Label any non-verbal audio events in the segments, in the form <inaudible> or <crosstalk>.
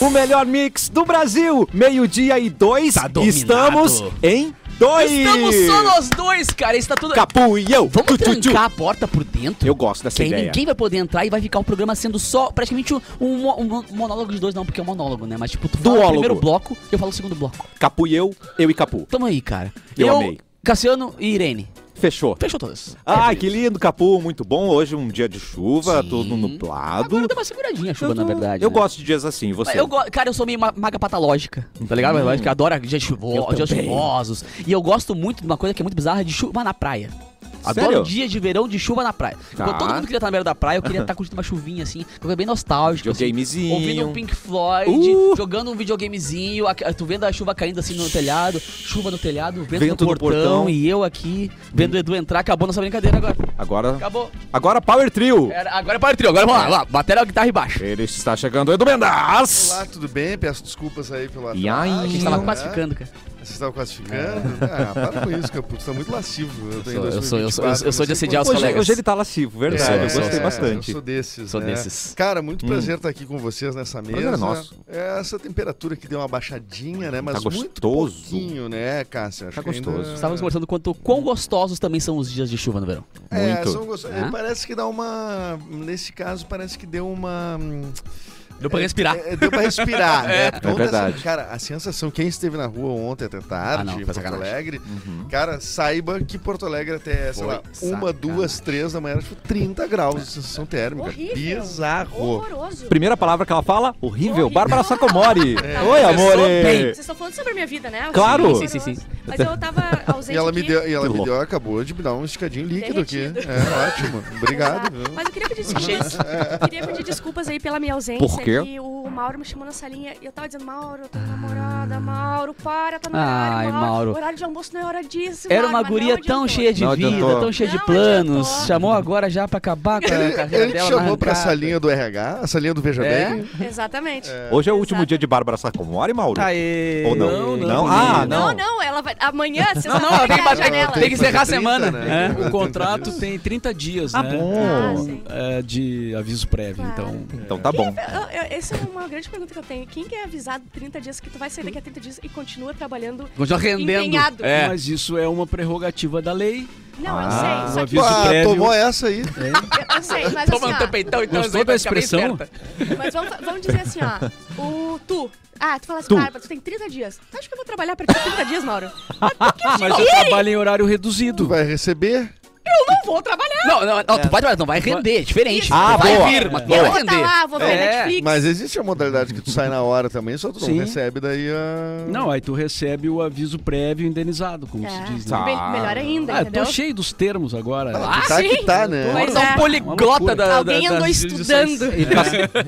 o melhor mix do Brasil. Meio-dia e dois. Tá dominado. Estamos em dois. Estamos só nós dois, cara. Está tudo. Capu e eu. Vamos Tu, tu, tu. trancar a porta por dentro? Eu gosto dessa Que aí ideia. ninguém vai poder entrar e vai ficar o programa sendo só praticamente um, um mo- um monólogo de dois, não, porque é um monólogo, né? Mas tipo, tu fala Duólogo. o primeiro bloco, eu falo o segundo bloco. Capu e eu, eu e Capu. Tamo aí, cara. Eu amei. Cassiano e Irene. Fechou. Fechou todas. Ai, que lindo, Capu, muito bom. Hoje um dia de chuva, Sim. tudo nublado. Agora dá uma seguradinha a Eu chuva, na tô- verdade. Eu né? gosto de dias assim, Mas você. Eu go- cara, eu sou meio ma- maga patológica, tá ligado? Mas Eu acho que adora dias chuvo- Eu dias também. chuvosos. E eu gosto muito de uma coisa que é muito bizarra, de chuva na praia. Adoro Sério? dia de verão de chuva na praia. Tá. Quando todo mundo queria estar na beira da praia, eu queria estar curtindo uma chuvinha assim, uma coisa bem nostálgica. assim. Videogamezinho. Ouvindo um Pink Floyd, Uh! jogando um videogamezinho, a- tu vendo a chuva caindo assim no telhado, chuva no telhado, vento, Vento no, no portão, portão. e eu aqui, vendo o Edu entrar, acabou nossa brincadeira agora. Agora, Acabou. agora Power Trio. Era- agora é para o trio, agora vamos lá, lá, bateria, guitarra e baixo. Ele está chegando, Edu Mendas. Olá, tudo bem? Peço desculpas aí pelo atraso. né? E aí? A gente tava classificando, cara. Vocês estavam classificando? Ah, para com isso, Caputo. Você tá muito lascivo. Eu, tô em sou- eu sou- eu sou- 2024, eu sou de não sei assediar os quantos- Ah, Hoje, colegas. hoje ele tá lascivo, verdade. É, eu gostei é, bastante. Eu sou desses. Sou né? desses. Cara, muito prazer estar aqui com vocês nessa mesa. Prazer é nosso. É, Essa temperatura que deu uma baixadinha, né? Mas Tá muito gostoso. pouquinho, né, Cássio? Acho Tá que ainda- gostoso. Estávamos conversando quanto quão gostosos também são os dias de chuva no verão. É, Muito. são gostosos. Né? Parece que dá uma. Nesse caso, parece que deu uma. hum, Deu pra respirar. É, deu pra respirar, né? Porque É ontem, verdade. assim, cara, a sensação, quem esteve na rua ontem até Ah, tarde, não, em foi Porto sacanagem. Uhum. Alegre, cara, saiba que Porto Alegre até, sei Foi lá, uma, sacanagem. duas, três da manhã, era, tipo 30 graus de sensação térmica. Horrível. Bizarro. Horroroso. Primeira palavra que ela fala, horrível. Horrível. Bárbara Sacomori. É. Oi, Começou amor. bem. Vocês estão falando sobre a minha vida, né? Claro. Sim, sim, sim, sim. Mas eu tava ausente E ela, me aqui. deu, e ela me Louco. deu, acabou de me dar um esticadinho líquido Derretido. aqui. É, ótimo. Obrigado. <laughs> viu? É. Mas eu queria pedir <laughs> desculpas. queria pedir desculpas aí pela minha ausência. Por quê? Que o Mauro me chamou na salinha e eu tava dizendo, Mauro, eu tô com namorada, Mauro, para, tá no Ai, horário, Mauro. Horário de almoço não é hora disso, Era Mauro, uma mas não é guria adiantou. tão cheia de Não adiantou. vida, tão cheia de Não planos. adiantou. Chamou agora já pra acabar com a Ele, carreira ele te dela. chamou pra arrancada. salinha do RH, a salinha do Veja É? Bem. Exatamente. Hoje é o último Exato. dia de Bárbara Sacomori, Mauro? Aê. Ou não? Tá Não, não. Não? Ah, Não, não. não, ela vai. Amanhã, <laughs> vocês Não, não, ela tem que, bater, janela. tem que encerrar a Tem que semana. fazer 30, né? É, o contrato tem 30 dias, Ah, né? bom. Ah, sim. é, de aviso prévio, Claro. então. Então tá bom. Eu- eu- Essa é uma grande pergunta que eu tenho. Quem que é avisado 30 dias que tu vai sair daqui a 30 dias e continua trabalhando? Continua rendendo. Empenhado. É. Mas isso é uma prerrogativa da lei. Não, eu Ah, sei. o Só que aviso Ah, é, prévio. tomou essa aí. eu sei, mas assim, Toma no teu ó, peitão, então. Gostou assim, da vai ficar bem expressão? esperta. Mas vamos, vamos dizer assim, ó. O tu. Ah, tu fala assim, Tu. Bárbara, tu tem 30 dias. Tu acha que eu vou trabalhar pra ti 30 dias, Mauro? Mas eu trabalho em horário reduzido. Tu vai receber. Eu não vou trabalhar. Não, não, não, tu vai trabalhar, não vai render, é diferente. Ah, Tu vai boa. vir, mas tu não Eu vou vai estar render. lá, vou ver É. Netflix. Mas existe a modalidade que tu sai na hora também, só tu não Sim. recebe daí a. Não, aí tu recebe o aviso prévio indenizado, como se É. diz. Tá. Né? Bem- melhor ainda, Ah, eu entendeu? tô cheio dos termos agora. Ah, tá que sim. tá, né? Pois Vamos dar é. um Uma poliglota loucura. da, da, Alguém andou das estudando. Ele tá,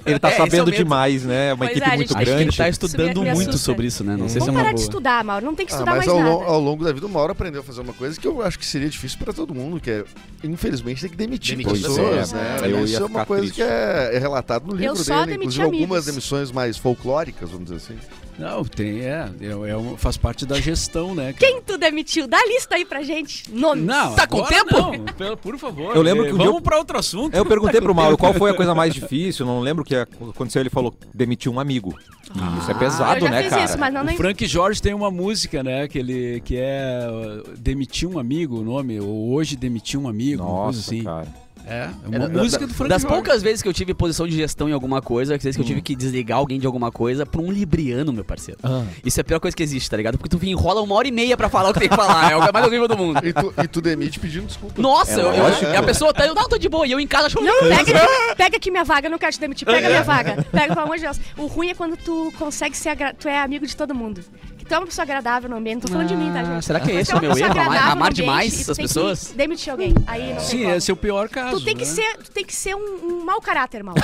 ele tá É, esse é o sabendo medo. demais, né? É uma Pois equipe é, a muito gente- a gente grande. tá estudando Me muito assusta. sobre isso, né? Não sei é Vamos parar de estudar, Mauro. Não tem que Ah, estudar mas mais ao, nada. lon- ao longo da vida, o Mauro aprendeu a fazer uma coisa que eu acho que seria difícil pra todo mundo, que é, infelizmente, tem que demitir Demitir pessoas, pessoas, né? é. Eu Isso ia é uma ficar coisa triste. que é, é relatado no livro só dele, demiti inclusive algumas amigos. demissões mais folclóricas, vamos dizer assim. Não, tem, é, é, é um- faz parte da gestão, né? cara? Quem tu demitiu? Dá a lista aí pra gente. Nomes. Ah, Não, Tá com agora tempo? não, pelo- por favor. eh, Eu lembro que um dia Vamos eu- pra outro assunto. Eu perguntei pro Mauro qual foi a coisa mais difícil, não lembro o que é aconteceu, ele falou, demitiu um amigo. E isso é eu pesado, já né, fiz cara? isso, mas não O nem. Frank Jorge tem uma música, né? Que, ele, que é uh, Demitir um Amigo, o nome. Ou Hoje Demitir um Amigo, uma Nossa, coisa assim. cara. É, é uma música do Frank Das Jorge. poucas vezes que eu tive posição de gestão em alguma coisa, que vezes que eu tive que desligar alguém de alguma coisa, pra um libriano, meu parceiro. Isso é a pior coisa que existe, tá ligado? Porque tu enrola uma hora e meia pra falar o que tem que falar. É o mais horrível do <laughs> mundo. E tu, e tu demite pedindo desculpa. Nossa, É eu, eu- lógico. e a pessoa tá, eu não tô de boa, e eu em casa achando Não, né? pega, pega aqui minha vaga, eu não quero te demitir. Pega minha vaga. Pega, pelo amor de Deus. O ruim é quando tu consegue ser. agra- Tu é amigo de todo mundo. Que tu é uma pessoa agradável no ambiente. Não tô falando de mim, tá, gente? Será que é Tu esse é o uma meu pessoa erro? Amar, agradável no amar ambiente e demais tu as tem que pessoas? Demitir alguém. Aí não Sim, tem como. esse é o pior caso. Tu tem, que né? ser, tu tem que ser um, um mau caráter, mal.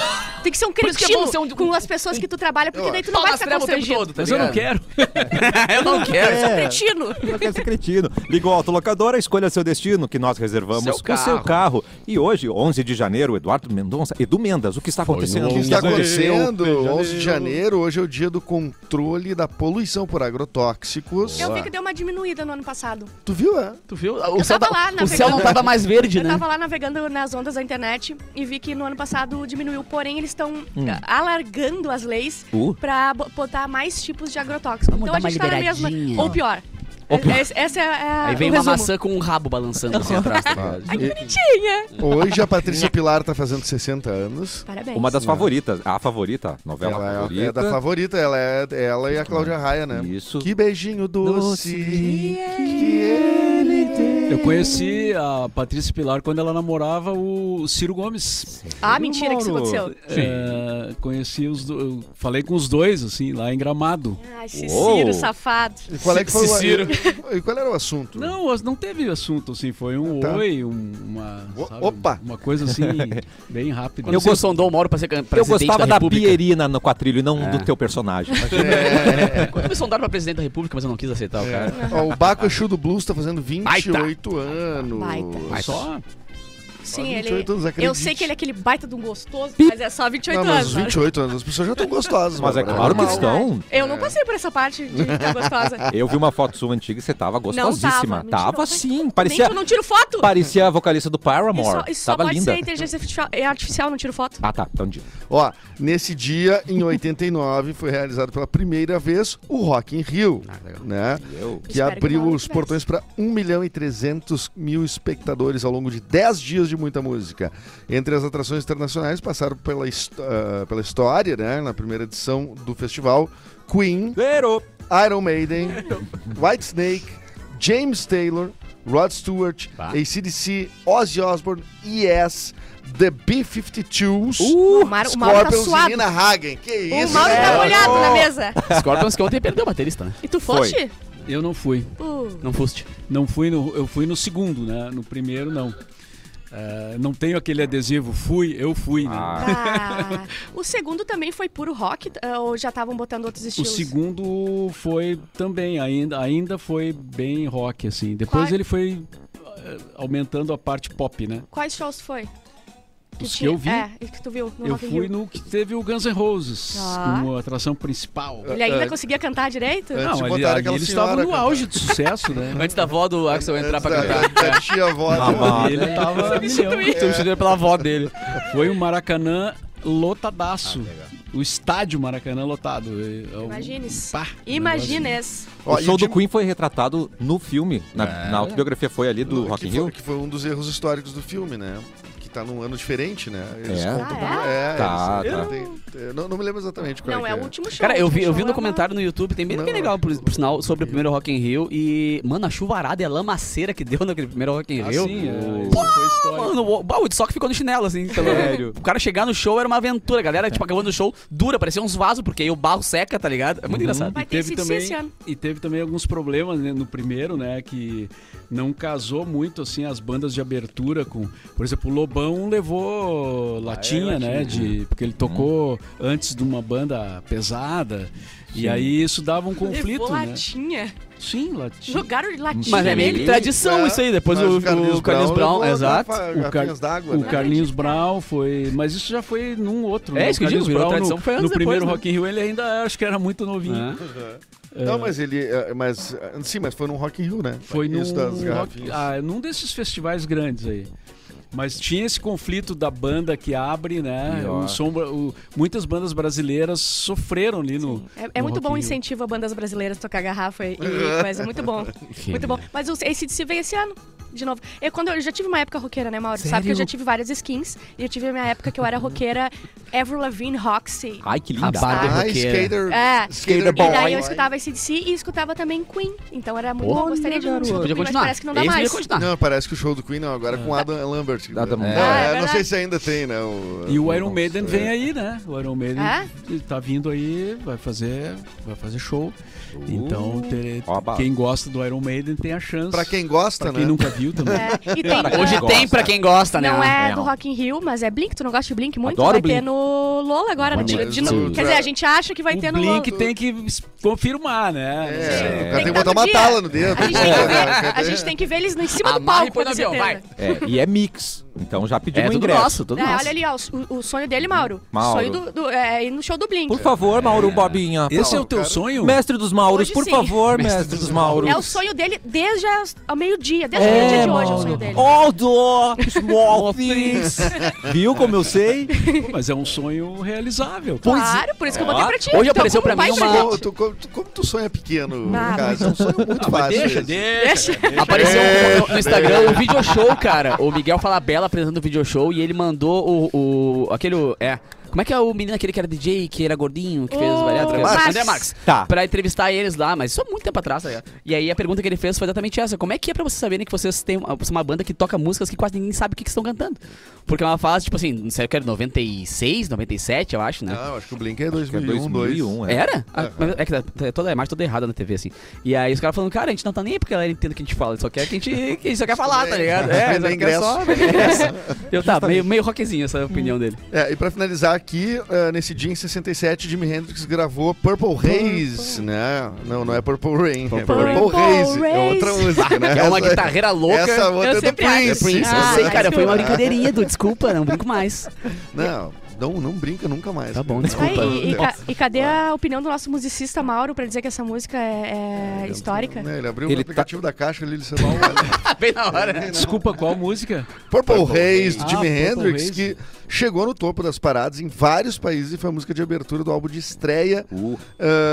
Tem que ser um Por isso que é bom cretino ser um- com as pessoas que tu trabalha, porque daí tu não Toma vai as ficar trevas o tempo constrangido. todo, tá Mas eu não ligado? <laughs> quero. eu não quero. É um cretino. Não quer ser cretino. Liga o autolocadora, escolha seu destino, que nós reservamos Seu o seu carro. carro. E hoje, 11 de janeiro, Eduardo Mendonça, Edu Mendas, o que está acontecendo? O que está aconteceu? acontecendo? 11 de janeiro, hoje é o dia do controle da poluição por agro- tóxicos. Eu Boa. vi que deu uma diminuída no ano passado. Tu viu, é? Tu viu? O, Eu céu, tava tá- lá o navegando. céu não tava mais verde, Eu né? tava lá navegando nas ondas da internet e vi que no ano passado diminuiu, porém eles estão Hum. ah, alargando as leis Uh. pra bo- botar mais tipos de agrotóxicos. Vamos então dar a gente uma tá na mesma. liberadinha. Ou pior. Ou pior. Esse- Essa é, é Aí vem o uma resumo. maçã com um rabo balançando assim <laughs> atrás, tá ligado? E- Bonitinha. Hoje a Patrícia Pilar tá fazendo 60 anos. Parabéns. Uma das favoritas. A favorita, novela Ela é- favorita. é da favorita, ela é ela e a Cláudia Raia, né? Isso. Que beijinho doce, Doce que é. ele tem. Eu conheci a Patrícia Pilar quando ela namorava o Ciro Gomes. Ah, mentira que isso Mauro. aconteceu. É, conheci os do... eu Falei com os dois, assim, lá em Gramado. Ai, Uou. Ciciro, safado. E qual é que foi Ciciro. o... <laughs> E qual era o assunto? Não, as- não teve assunto, assim, foi um tá. oi, um- uma, O- sabe, opa! uma coisa assim, bem rápida. Quando eu você sondou o Mauro pra ser can- Eu presidente gostava da, República. Pierina no quadrilho e não É. do teu personagem. É. Quando me sondaram pra presidente da República, mas eu não quis aceitar o cara. Ó, o Baco Exu do Blues tá fazendo 28 anos. Baita. um Só? Sim, 28 ele. anos, Eu acredite. sei que ele é aquele baita de um gostoso, mas é só 28 Não, mas anos. os sabe? 28 anos, as pessoas já estão gostosas. Mas é Bárbara, claro que normal. né? estão. Eu É. não passei por essa parte de <laughs> ficar gostosa. Eu vi uma foto sua antiga e você tava gostosíssima. Não tava, tava, mentirosa. sim. Nem Parecia, que eu não tiro foto. parecia a vocalista do Isso Paramore. só, isso só tava pode linda. ser inteligência artificial, é artificial, não tiro foto. Ah, tá. Então diga. Ó, nesse dia, em 89, foi realizado pela primeira vez o Rock in Rio, Ah, né? Que Espero que abriu não os tivesse. portões para 1 milhão e 300 mil espectadores ao longo de 10 dias de muita música. Entre as atrações internacionais, passaram pela, his- ah, pela história, né? Na primeira edição do festival, Queen, Iron <laughs> Maiden, Whitesnake, James Taylor, Rod Stewart, ACDC, Ozzy Osbourne, Yes, The B-52s, o Mauro, o Mauro tá Scorpions e suado. Nina Hagen. Que isso, O Mauro tá né? molhado na mesa. Scorpions que ontem perdeu o baterista, né? E tu foste? Eu não fui. Uh, <laughs> Não foste. Não fui no, eu fui no segundo, né? No primeiro, não. É, não tenho aquele adesivo, fui, eu fui, né? Ah. ah. o segundo também foi puro rock, ah, ou já estavam botando outros O estilos? segundo foi também, ainda, ainda foi bem rock, assim. Depois Qual- ele foi eh, aumentando a parte pop, né? Quais shows foi? Os que tinha- eu vi. É, e que tu viu no eu Rock in fui Rio. no que teve o Guns N' Roses Ah. como atração principal. Ele ainda conseguia cantar direito? É. Não, Antes ali, botaram ali aquela eles senhora estavam no cantando. auge do <laughs> sucesso, né? Antes da avó do Axel entrar pra Antes da- cantar. Tá Da tia avó. Babá. E ele tava a milhão. Substituído pela avó dele. Foi o Maracanã lotadaço. o estádio Maracanã lotado. E- é um- Imagines. Pá, Imagines. Ó, o e show do Jim- Queen foi retratado no filme. Na, na autobiografia foi ali do que Rock in foi- Rio. Que foi um dos erros históricos do filme, né? Que tá num ano diferente, né? É? Ah, é, Tá, tá. eles- eu não tenho- eu não, não me lembro exatamente qual Não, que é o último show. Cara, eu vi, eu o vi um último show é uma- documentário no YouTube, tem bem, Não, bem legal, por, por sinal, sobre o primeiro Rock in Rio. E, mano, a chuvarada e a lamaceira que deu naquele primeiro Rock in Ah, Rio. sim, é, Pô, isso foi histórico. Mano, o, bah, o Woodstock ficou no chinelo, assim. pelo- Sério? O cara chegar no show era uma aventura, a galera. Tipo, acabando o show, dura, parecia uns vasos, porque aí o barro seca, tá ligado? É muito engraçado. Vai E ter teve, esse também, esse ano. e teve também alguns problemas né, no primeiro, né? Que não casou muito assim as bandas de abertura com. Por exemplo, o Lobão levou latinha, né? De, porque ele tocou antes de uma banda pesada. E aí isso dava um conflito, Levou né? latinha. Sim, latinha. é Jogaram de latinha. Mas é meio nele. que tradição É, isso aí. Depois mas o, o Carlinhos, Brown, levou exato. garrafa- O garrafinhas Car- é d'água, O né? Carlinhos Brown foi. Mas isso já foi num outro. É né? isso que o eu digo, Carlinhos virou Brown tradição, no, foi anos no primeiro depois, né? Rock in Rio ele ainda acho que era muito novinho. É. Não, mas ele. eh, Mas, eh, sim, mas foi num Rock in Rio, né? Foi num, Isso das rock, garrafinhas. ah, num desses festivais grandes aí. Mas tinha esse conflito da banda que abre, né? E, ó. O som, bra- o- muitas bandas brasileiras sofreram ali no. É, é no muito Rock bom o in Rio. incentivo a bandas brasileiras tocar garrafa e <laughs> coisa. Muito bom. muito bom. Mas o ACDC veio esse ano. De novo. Eu, quando eu já tive uma época roqueira, né, Mauro? Sabe que eu já tive várias skins. E eu tive a minha época que eu era roqueira Avril Lavigne, Roxy. Ai, que A linda. Barbie Ah, roqueira. skater. É. Skater E daí boy. eu escutava ACDC e escutava também Queen. Então era muito Olha, bom. Gostaria de um garoto. disco do Podia Queen, mas continuar. parece que não dá Esse mais. podia continuar. Não, parece que o show do Queen não, agora é com Adam Lambert. Adam- Não, É, é não verdade. sei se ainda tem, né? o- E o Iron Nossa, Maiden é. vem aí, né? O Iron Maiden É? tá vindo aí, vai fazer, vai fazer show. Então, ter- Ó a barra. quem gosta do Iron Maiden tem a chance. Pra quem gosta, Pra né? quem nunca <laughs> viu também. É. E tem, Cara, Hoje é, Gosta. tem pra quem gosta, né? Não é, do não. Rock in Rio, mas é Blink. Tu não gosta de Blink muito? Adoro vai Blink. ter no Lola agora. Mas de- de o- novo. Quer dizer, a gente acha que vai o ter no Lola. Um Blink tem que s- confirmar, né? Não sei. É, o Tem cara que tem que tá botar no uma dia. tala no dedo. A gente tem que ver, <laughs> É, a gente tem que ver eles em cima do Amarra e palco, põe com no avião, certeza. vai. É, e é mix. Então já pedimos é um tudo ingresso. nosso, tudo É, nosso. olha ali, ó, o, o sonho dele, Mauro. Mauro. Sonho do, do- é, ir no show do Blink. Por favor, Mauro Bobinha. Esse é o Não, teu cara, sonho? Mestre dos Mauros, Hoje por sim. favor, mestre dos Mauros. É o sonho dele desde as- ao meio-dia, desde o dia de hoje é o sonho dele. All the <laughs> small things. Viu como eu sei? Pô, mas é um sonho realizável. cara. Claro, por isso que eu botei pra ti. Então, Hoje apareceu como pra mim vai uma- gente? Como tu, como tu- como tu sonha pequeno, Ah, cara, é um sonho muito Mas fácil. deixa, esse. deixa. cara, deixa. Apareceu no- no Instagram um video show, cara. O Miguel Falabella apresentando o video show e ele mandou o, o- aquele. É. Como é que é o menino aquele que era DJ, que era gordinho, que fez O as variadas? André Marques. André Max. Tá. Pra entrevistar eles lá, mas isso é muito tempo atrás, tá ligado? E aí a pergunta que ele fez foi exatamente essa: Como é que é pra vocês saberem que vocês têm uma, são uma banda que toca músicas que quase ninguém sabe o que, que estão cantando? Porque é uma fase, tipo assim, não sei o que era, 96, 97, eu acho, né? Não, eu acho que o Blink é Que é 2001, 2001 2001, é. Era? Ah, mas é que tá- tá toda a imagem toda errada na TV, assim. E aí os caras falando, cara, a gente não tá nem aí porque ela entende o que a gente fala, só quer que a gente, que a gente só quer falar, tá ligado? Vender É, só quer ingresso. só vender <laughs> ingresso. Eu tá, meio, meio rockzinho essa opinião dele. É, e pra finalizar aqui, eh, nesse dia em 67, Jimi Hendrix gravou Purple Haze, né? Não, não é Purple Rain, é Purple Purple Rain. Haze. É outra Purple <laughs> música, <laughs> né? É uma Essa- guitarreira louca. Essa outra é do sempre acho. Prince. É Prince, eu Ah, sei, cara, foi <laughs> uma desculpa. brincadeirinha, Du, desculpa, não brinco <laughs> mais. Não, não, não brinca nunca mais. Tá bom, cara. Vai, desculpa. e, e ca- e cadê a opinião do nosso musicista Mauro pra dizer que essa música é, é histórica? Né, ele abriu Ele o aplicativo da caixa ali, ele celular. olha. Tá bem na hora. Desculpa, qual música? Purple Haze, Ah, Jimi Purple Hendrix, Haze. que chegou no topo das paradas em vários países e foi a música de abertura do álbum de estreia Uh,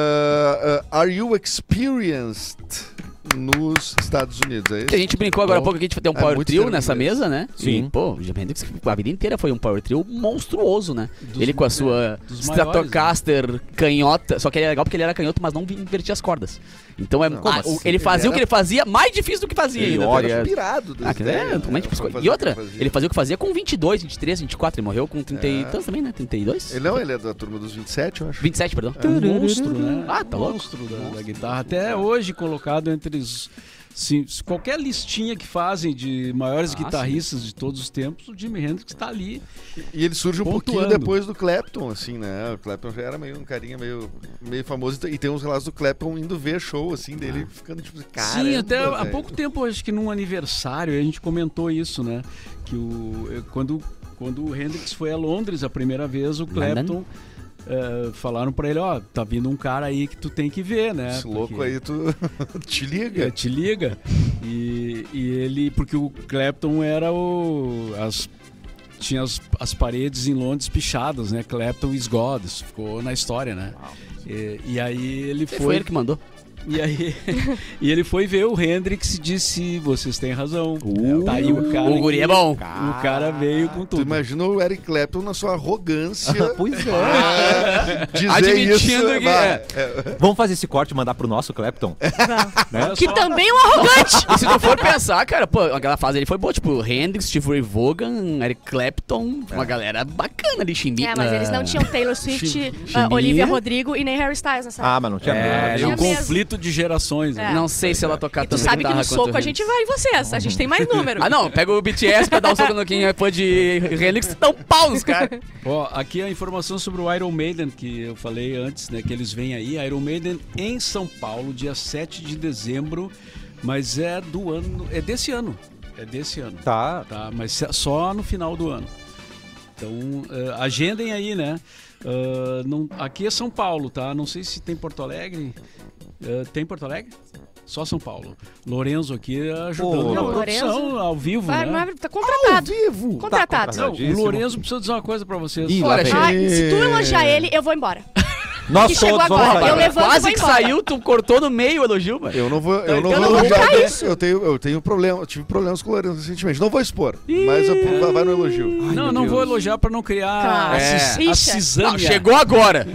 ah, ah, Are You Experienced nos Estados Unidos. É A isso? gente brincou agora há pouco aqui de ter um É power muito trio termo nessa inglês. mesa, né? Sim. E, pô, o Jimi Hendrix, a vida inteira foi um power trio monstruoso, né? Dos- ele com a sua dos Stratocaster canhota, só que ele era legal porque ele era canhoto, mas não invertia as cordas. Então é como ah, o- assim? ele fazia Ele o que ele fazia, mais difícil do que fazia Ele é ainda. olha- tá ligado? pirado das Ah, que ideias, é, totalmente né? psicó- Foi fazer E o que outra, fazia. ele fazia o que fazia com 22, 23, 24, ele morreu com 30 e É. tantos também, né? 32? Ele não, ele é da turma dos 27, eu acho. 27, perdão. É um monstro, né? Ah, tá um louco. monstro da, da guitarra. Até hoje colocado entre os. sim, s- qualquer listinha que fazem de maiores Ah, guitarristas de todos os tempos, o Jimi Hendrix tá ali. E ele surge um pouquinho Pontuando. depois do Clapton, assim, né? O Clapton já era meio um carinha meio, meio famoso. E tem uns relatos do Clapton indo ver show, assim, dele ficando tipo, cara. Ah. Sim, até há pouco tempo, acho que num aniversário, a gente comentou isso, né? Que o, eh, quando, quando o Hendrix foi a Londres a primeira vez, o Clapton. eh, falaram pra ele, ó, tá vindo um cara aí que tu tem que ver, né? Esse louco Porque- aí, tu <laughs> te É, liga. te liga. E, e ele, porque o Clapton era o. As, tinha as, as paredes em Londres pichadas, né? Clapton is God, isso ficou na história, né? E, e aí ele Foi. foi. ele que mandou. E aí <laughs> e ele foi ver o Hendrix e disse: vocês têm razão. Uh, tá aí o cara. o guri que- é bom. O cara veio com Tu tudo. imagina o Eric Clapton na sua <laughs> <laughs> arrogância. pois é. é, dizer Admitindo isso, que bah, é. Vamos fazer esse corte e mandar pro nosso Clapton? Né? Olha Que só. também é um arrogante! E se tu for pensar, cara, pô, aquela fase ele foi boa, tipo, Hendrix, Steve Ray Vaughan, Eric Clapton, uma galera bacana ali, Chimbi. É, mas eles não tinham Taylor Swift, Chim- ah, Chimbinha. Olivia Rodrigo e nem Harry Styles nessa época. Ah, mas não tinha É, nada. é um Tinha mesmo. conflito de gerações. né? Não sei se ela tocar é. E tu tanto sabe que guitarra no quanto soco a Hendrix. gente vai em vocês, a gente tem mais número. Ah, não, pega o BTS pra dar um soco no quem é fã de Hendrix, dá um pau nos caras. Ó, aqui a informação sobre o Iron Maiden que eu falei antes, né? Que eles vêm aí. Iron Maiden em São Paulo, dia 7 de dezembro, mas é do ano. É desse ano. É desse ano. Tá. Tá, mas é só no final do ano. Então, eh, agendem aí, né? Ah, não- aqui é São Paulo, tá? Não sei se tem Porto Alegre. Eh, tem Porto Alegre? Só São Paulo. Lorenzo aqui ajudando Pô, na Não, produção Lorenzo. ao vivo, Vai, né? não é- tá contratado. vivo. Contratado. Tá Não, o Lorenzo precisa dizer uma coisa pra vocês. Ih, lá Olha, vem. Chico. Ai, se tu elogiar ele, eu vou embora. Nós que chegou todos vamos agora. sair. <laughs> Eu levanto e Quase vou que embora. saiu, tu cortou no meio o elogio, mano. Eu não vou, eu não então vou não vou elogiar. colocar Eu, isso. eu tenho, eu tenho problema, eu tive problemas com o Lourenço recentemente. Não vou expor, mas eu- vai- vai no elogio. não, não vou elogiar pra não criar Claro. a, É. cis- a Ixi. cisâmia. Não, chegou agora.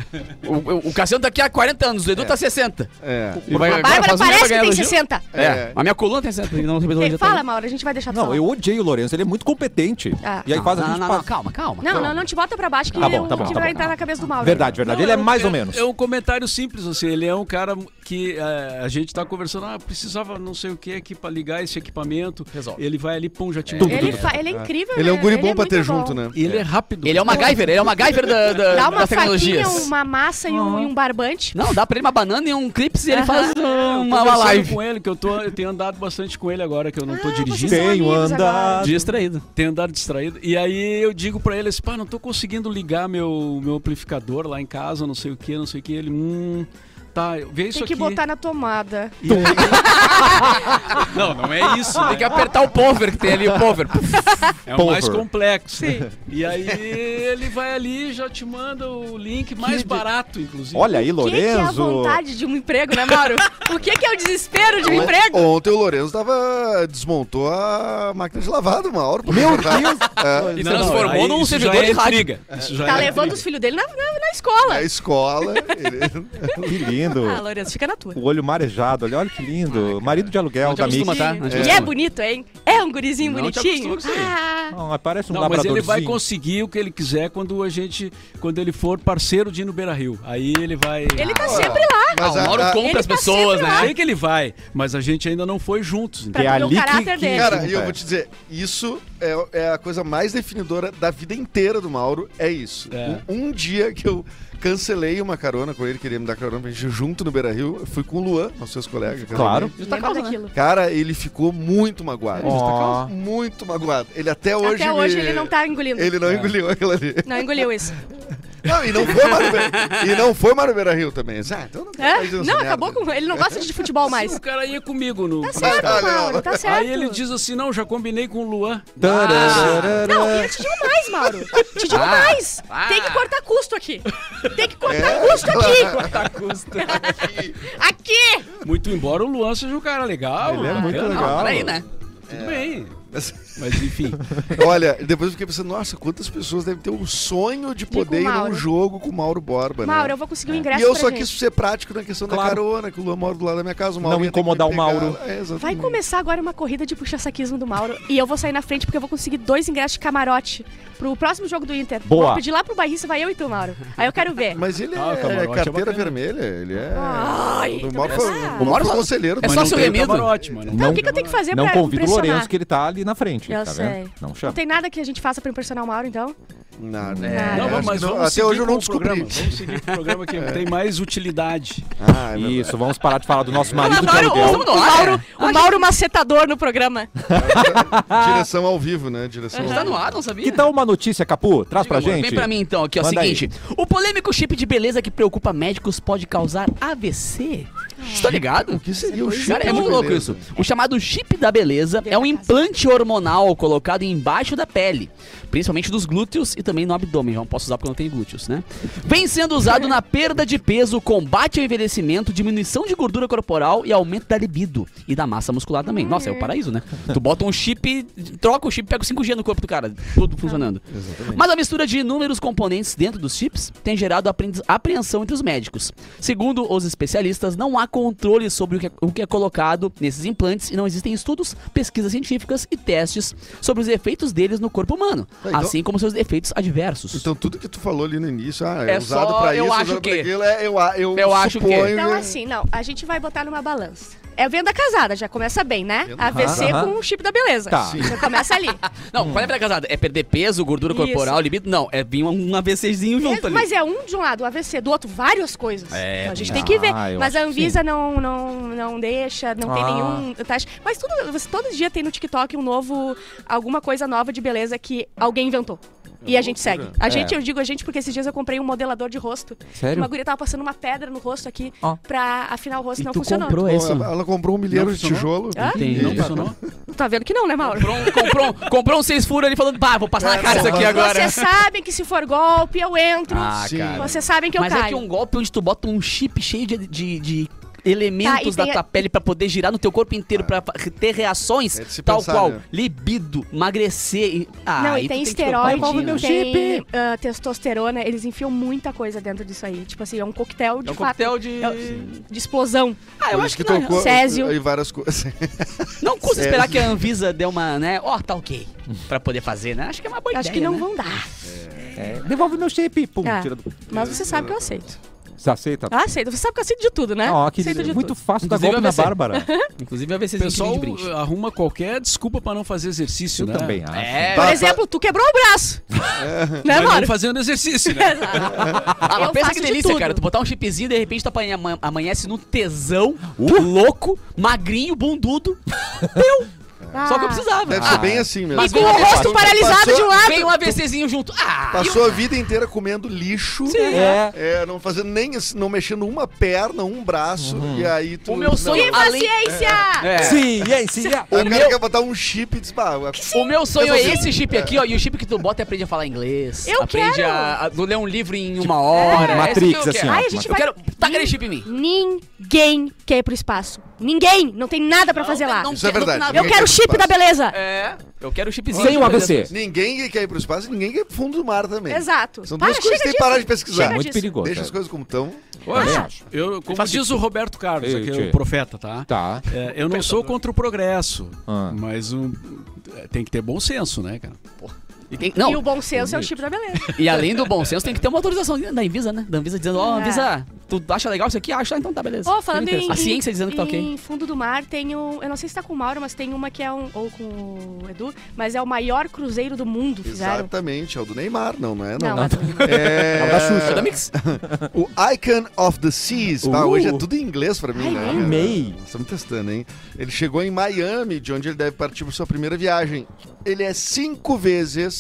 O, o- o Cassiano tá aqui há 40 anos, o Edu tá há 60. É. Vai- agora Bárbara faz um mês parece pra que ganhar tem elogio. 60. É, a minha coluna tem 60. Não, tem Ei, elogio Fala, também. Mauro, a gente vai deixar tu Não, falar. eu odeio o Lourenço, ele é muito competente. Ah. E aí faz a Não, gente não, não, passar- calma, calma. Não, não, não te bota pra baixo que, Tá bom, o- tá bom, que tá vai bom. entrar na cabeça do Mauro. Verdade, verdade, Não, ele é um- mais ou menos. É um comentário simples, assim, ele é um cara que eh, a gente tá conversando, ah, precisava não sei o que aqui pra ligar esse equipamento. Resolve. Ele vai ali, pum, já te... Ele, fa- ele é incrível, Ele é um né? guri bom pra ter muito junto, bom. né? E ele é rápido. Ele é o MacGyver, ele é o MacGyver da, da, Dá uma das faquinha, tecnologias. uma massa e um, e um barbante. Não, dá pra ele uma banana e um clips e ele Aham. faz Ah, Eu uh, tô uma, uma conversando live. com ele, que eu, tô, eu tenho andado bastante com ele agora, que eu não tô Ah, dirigindo. vocês Tenho são amigos agora. andado. Distraído. Tenho andado distraído. E aí eu digo pra ele assim, pá, não tô conseguindo ligar meu, meu amplificador lá em casa, não sei o que, não sei o que. Ele, hum, tá, vê isso Tem que aqui. botar na tomada. E aí- não, não <laughs> é isso. Tem Né? que apertar o power que tem ali, o power. Puf. É o mais Power. complexo. E aí ele vai ali e já te manda o link mais barato, inclusive. Olha aí, O que, que é a Lorenzo. vontade de um emprego, né, Mauro? o que, que é o <laughs> desespero de um emprego? Ontem o Lourenço tava. desmontou a máquina de lavado, uma hora. Meu <laughs> Deus! É, E Não, não, transformou aí num isso já servidor é de rádio. intriga. Isso já Tá é levando intriga. os filhos dele na, na, na escola. A escola. ele- que lindo! <laughs> Ah, Lourenço, fica na tua. O olho marejado ali, olha que lindo. Marido de aluguel Não te da Mick. acostuma, tá? Não te E é acostuma. bonito, hein? É um gurizinho Não te bonitinho. acostuma com isso aí. Ah, Não, parece um Não, mas ele labradorzinho. vai conseguir o que ele quiser quando a gente, quando ele for parceiro de ir no Beira Rio. Aí ele vai. ele tá Olha, sempre lá. Ah, Mas o Mauro a- a- compra Ele as tá pessoas, Eu sei né? que ele vai, mas a gente ainda não foi juntos. Pra Entendeu? É ver o ali que- caráter que- dele. Cara, e eu cara. vou te dizer, isso é, é a coisa mais definidora da vida inteira do Mauro, é isso. É. Um, um dia que eu cancelei uma carona com ele, queria me dar carona pra gente ir junto no Beira Rio, eu fui com o Luan, nossos seus colegas. casamento. Claro. Lembra daquilo. Cara, ele ficou muito magoado. tá Ó. Muito magoado. Ele até hoje. Até hoje me- ele não tá engolindo. Ele É. não engoliu aquilo ali. Não engoliu isso. Não, e não foi Mauro Beira, e não foi Mauro Beira Rio também. Ah, então não, Hã? faz essa É? Não, merda. acabou com. Ele não gosta de futebol mais. O cara ia comigo no. Tá certo, Caralho, Mauro, tá certo. Aí ele diz assim: não, já combinei com o Luan. Tararara. Não, É. e eu te digo mais, Mauro. Te digo mais. Ah. Tem que cortar custo aqui. Tem que cortar É. <laughs> custo aqui. Tá custa. Aqui. Muito embora o Luan seja um cara legal. É. Ele é muito bacana, legal. Peraí, né? Tudo bem. Mas- Mas enfim. Olha, depois eu fiquei pensando, nossa, quantas pessoas devem ter um sonho de com o poder ir num Mauro. jogo com o Mauro Borba, né? Mauro, eu vou conseguir o ingresso E eu pra só gente. quis ser prático na questão da Claro. carona, que o Luan mora do lado da minha casa. O Não Mauro ia ter que me incomodar o pegar. Mauro. É, exatamente. Vai começar agora uma corrida de puxa-saquismo do Mauro e eu vou sair na frente porque eu vou conseguir dois ingressos de camarote pro próximo jogo do Inter. Boa. Vou pedir lá pro Barrista, vai eu e tu, Mauro. Aí eu quero ver. Mas ele é, Ah, o camarote é carteira bacana. vermelha, ele é... Ai, o tô Mauro foi, pensando. o Mauro foi só- conselheiro. é do só Mauro. se não tem remido. camarote, mano. Tá, Não- o que, que eu tenho que fazer Não pra convida o impressionar? Lourenço que ele tá ali na frente, Eu tá sei. vendo? Não Não chama. tem nada que a gente faça pra impressionar o Mauro, então? Nada. É. Não, né? Acho mas que não- vamos até seguir hoje eu com não o programa. descobri. Vamos seguir com o programa que tem mais utilidade. Ah, é verdade. Isso, vamos parar de falar é do nosso marido de Mauro, aluguel. o, o Mauro, o Mauro macetador no programa. Direção ao vivo, né? Direção ao Tá vivo. no ar, não sabia? Que tal Então, uma notícia, Capu? Traz Diga, pra amor, gente. Vem pra mim então, aqui, ó. Manda seguinte. O polêmico chip de beleza que preocupa médicos pode causar AVC. Está tá ligado? O que seria o chip Cara, é de muito louco beleza? isso. O chamado chip da beleza é um implante hormonal colocado embaixo da pele, principalmente dos glúteos e também no abdômen. Eu não posso usar porque eu não tenho glúteos, né? Vem sendo usado na perda de peso, combate ao envelhecimento, diminuição de gordura corporal e aumento da libido e da massa muscular também. Nossa, é o paraíso, né? Tu bota um chip, troca o chip, pega o 5G no corpo do cara, tudo funcionando. Mas a mistura de inúmeros componentes dentro dos chips tem gerado aprendiz- apreensão entre os médicos. Segundo os especialistas, não há controle sobre o que, é, o que é colocado nesses implantes e não existem estudos, pesquisas científicas e testes sobre os efeitos deles no corpo humano, Ah, então- assim como seus efeitos adversos. Então tudo que tu falou ali no início, ah, é, É usado só pra isso, eu acho usado pra que- aquilo, é, eu, a- eu, Eu acho que- suponho Então, assim, não, a gente vai botar numa balança. É venda casada, já começa bem, né? Venda- AVC Aham. com o chip da beleza. Tá. Sim. Já começa ali. não, qual é a casada? É perder peso, gordura Isso. corporal, libido? Não, é vir um, um AVCzinho junto É, ali. mas é um de um lado, o AVC, do outro, várias coisas. É, Então a gente tá. tem que ver. Ah, eu Mas a acho que Anvisa não, não, não deixa, não tem Ah. nenhum teste. Mas tudo, você, todo dia tem no TikTok um novo, alguma coisa nova de beleza que alguém inventou. E a gente segue. A gente, eu digo a gente, porque esses dias eu comprei um modelador de rosto. Sério? Uma guria tava passando uma pedra no rosto aqui Ó. pra afinar o rosto, E não tu funcionou. comprou Bom, é isso? ela- ela comprou um milheiro Não de tijolo. funcionou? Hã? Entendi. Não funcionou? Tu tá vendo que não, né, Mauro? Comprou um, comprou, um- comprou um seis furos ali falando, pá, vou passar na cara isso aqui agora. Vocês sabem que se for golpe, eu entro. Ah, Sim. cara. Vocês sabem que eu Mas caio. é que é um golpe onde tu bota um chip cheio de, de- de elementos Tá, e tem da a- tua pele pra poder girar no teu corpo inteiro, pra fa- ter reações Ah. É de se tal pensar, qual né? libido, emagrecer. e- Ah, Não, aí e tu tem que preocupar esteroide, né? contigo. tem ah, testosterona, eles enfiam muita coisa dentro disso aí. Tipo assim, é um coquetel de É um fato. coquetel de. É um- de explosão. Ah, eu Por acho isso que, não. tocou- é Césio. E várias <laughs> coisas. Não custa É. esperar que a Anvisa dê uma, né? Ó, tá ok. Pra poder fazer, né? Acho que é uma boa Acho ideia. que não né? vão dar. É, devolve meu shape. Pum, Ah. tira do... Mas você sabe que eu aceito. Você aceita? Ah, aceito. Você sabe que eu aceito de tudo, né? Ó, que aceito de muito tudo. fácil dar Inclusive, golpe na eu pensei. Bárbara. Inclusive, a VC O pessoal arruma qualquer desculpa pra não fazer exercício, Eu né? também acho. É, Por Tá. exemplo, tu quebrou o braço. né, Mas não Mauro? fazendo <laughs> exercício, né? Ah, mas Eu pensa faço que de delícia, tudo. cara. Tu botar um chipzinho e de repente tu apanha- ama- amanhece num tesão, Uh. louco, magrinho, bundudo. Só que eu precisava. Deve Ah, ser bem assim mesmo. E com o um rosto paralisado de um lado. Vem um AVCzinho junto. Ah! Passou a vida inteira comendo lixo. É. É, não fazendo nem assim, não mexendo uma perna, um braço, Uhum. e aí tu. O meu sonho Não. é Além- Paciência! É. Sim, é, sim, é. O, o cara meu- quer botar um chip e diz, "Bah, a- O meu sonho é Resolvido. esse chip aqui, ó. E o chip que tu bota e aprende a falar inglês. Eu aprende quero. A, a ler um livro em uma hora. É isso que Matrix, eu assim, quero. ó. Ai, a gente Eu vai- quero. Taca aquele chip em mim. Ninguém quer ir pro espaço. Ninguém! Não tem nada pra fazer lá. Isso é verdade. não- Eu Ninguém quer quero o chip pro da espaço. beleza. É, eu quero o chipzinho. Sem o de AVC. ninguém quer ir pro espaço e ninguém quer ir pro fundo do mar também. Exato. São Para, duas coisas que tem que chega parar de disso. É pesquisar. Chega muito disso. perigoso. Deixa as cara. coisas como estão. Também Olha, acho. eu, como Faz diz o Roberto Carlos, Ei, aqui, tchê. o profeta, tá? Tá. É, eu não sou contra o progresso, Ah. mas um, tem que ter bom senso, né, cara? E tem- não, E o bom senso é o chip da beleza. E além do bom senso, tem que ter uma autorização da Anvisa, né? Da Anvisa dizendo, ó, É. Anvisa, tu acha legal isso aqui? Acha, então tá, beleza. Ô, falando Fica em, A ciência dizendo que tá ok. Em Fundo do Mar tem um. Eu não sei se tá com o Mauro, mas tem uma que é um. Ou com o Edu, mas é o maior cruzeiro do mundo, fizeram. Exatamente, é o do Neymar, não, não é? Não. Não, é do Neymar. É, o da Tá, Xuxa. É da Mix. O Icon of the Seas. Tá, Uh. hoje é tudo em inglês pra mim, Ai, né? eu cara? amei. Estamos testando, hein? Ele chegou em Miami, de onde ele deve partir para sua primeira viagem. Ele é cinco vezes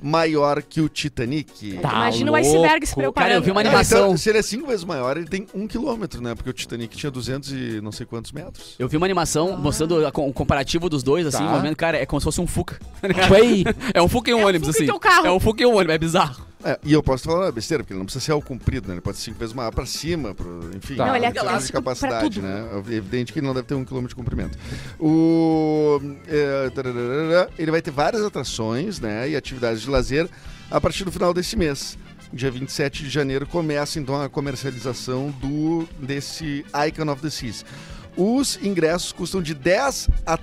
maior que o Titanic. Tá Imagina o louco. iceberg se preparando. Cara, eu vi uma É, animação. então, se ele é cinco vezes maior, ele tem um quilômetro, né? Porque o Titanic tinha 200 e não sei quantos metros. Eu vi uma animação mostrando a co- o comparativo dos dois, assim, Tá. o momento, cara, é como se fosse um Fuca. <laughs> tá ligado? Foi. É um Fuca e um É um ônibus, Fuca e assim. teu carro. É um Fuca e um ônibus, é bizarro. É, e eu posso falar uma besteira, porque ele não precisa ser ao comprido, né? Ele pode ser cinco vezes maior pra cima, pro, enfim. Tá. Não, ele é em termos de clássico pra capacidade, tudo. né? É evidente que ele não deve ter um quilômetro de comprimento. O, é, tararara, ele vai ter várias atrações né, e atividades de lazer a partir do final desse mês. Dia 27 de janeiro começa, então, a comercialização do, desse Icon of the Seas. Os ingressos custam de 10 a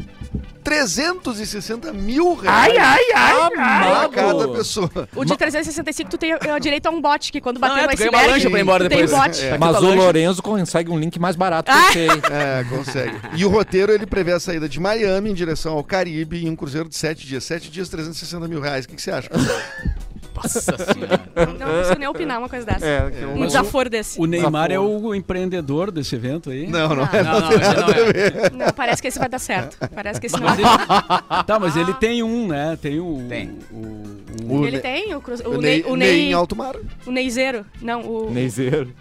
360 mil reais pra Amado. cada pessoa. O de 365, tu tem eh, direito a um bote, que quando bater Não, é, no tu ganha uma iceberg. lancha pra ir embora tu tem um depois. bote. É. Mas Tá o longe. Lorenzo consegue um link mais barato que eu sei. É, consegue. E o roteiro, ele prevê a saída de Miami em direção ao Caribe em um cruzeiro de 7 dias. 7 dias, 360 mil reais. O que, que você <laughs> acha? <laughs> Nossa senhora. Não consigo nem <laughs> opinar uma coisa dessa. que Um desaforo desse. O Neymar é o empreendedor desse evento aí. Não, não é. Não, não, isso não é. Não, parece que esse vai dar certo. Parece que esse não. Mas ele- tá, mas Ah. ele tem um, né? Tem um. Tem. um- um- O Ele Ne- tem o, cruz... o, o Ney, Ney, o, Ney Ney, em alto mar. o Neyzeiro. Não, o. ah, Ney, Neizeiro.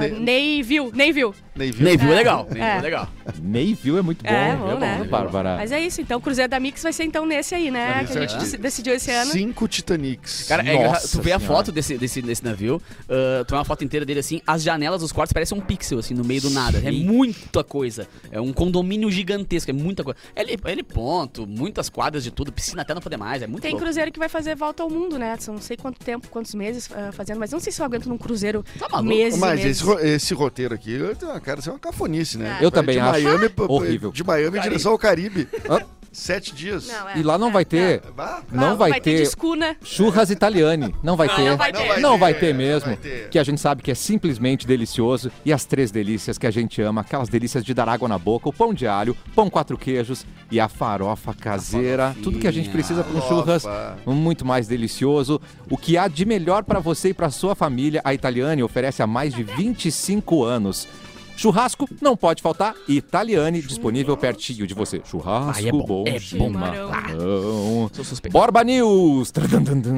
Ney- Ney viu. Ney viu. Ney viu. Navy é legal. Navy É. é legal. Neyville é muito bom. É, bom, né? Bárbara. Mas é isso, então o Cruzeiro da Mix vai ser então nesse aí, né? Nesse Que a gente aí. dec- decidiu esse ano. Cinco Titanics. Cara, é Nossa engraçado. Tu vê a senhora. foto desse, desse, desse navio, ah, tu vê uma foto inteira dele assim, as janelas dos quartos parecem um pixel, assim, no meio do nada. É muita coisa. É um condomínio gigantesco, é muita coisa. Ele, ele ponto, muitas quadras de tudo, piscina até não poder mais, é muito Tem louco. cruzeiro que vai fazer volta ao mundo, né? São não sei quanto tempo, quantos meses ah, fazendo, mas não sei se eu aguento num cruzeiro Tá maluco? meses. e Mas meses. esse, ro- esse roteiro aqui, eu tenho uma cara, isso é uma cafonice, né? Eu Vai também de acho. Miami, pra- Horrível. De Miami em direção ao Caribe. Hã? Sete dias. Não, é. E lá não vai ter. Bah, Lá Não vai ter né? ter. discuna. Churras italiane. Não vai Não, ter. Ah, não vai ter. Não vai ter não mesmo. vai ter. Que a gente sabe que é simplesmente delicioso. E as três delícias que a gente ama, aquelas delícias de dar água na boca, o pão de alho, pão quatro queijos e a farofa caseira. tudo que a gente precisa para um farofa. churras muito mais delicioso. O que há de melhor para você e para sua família, a Italiane oferece há mais de 25 anos. Churrasco não pode faltar. Italiane disponível pertinho de você. Churrasco Ai, é bom, é de bom. Camarão. marrom. Sou suspeito. <laughs> Borba News. Tradandandam.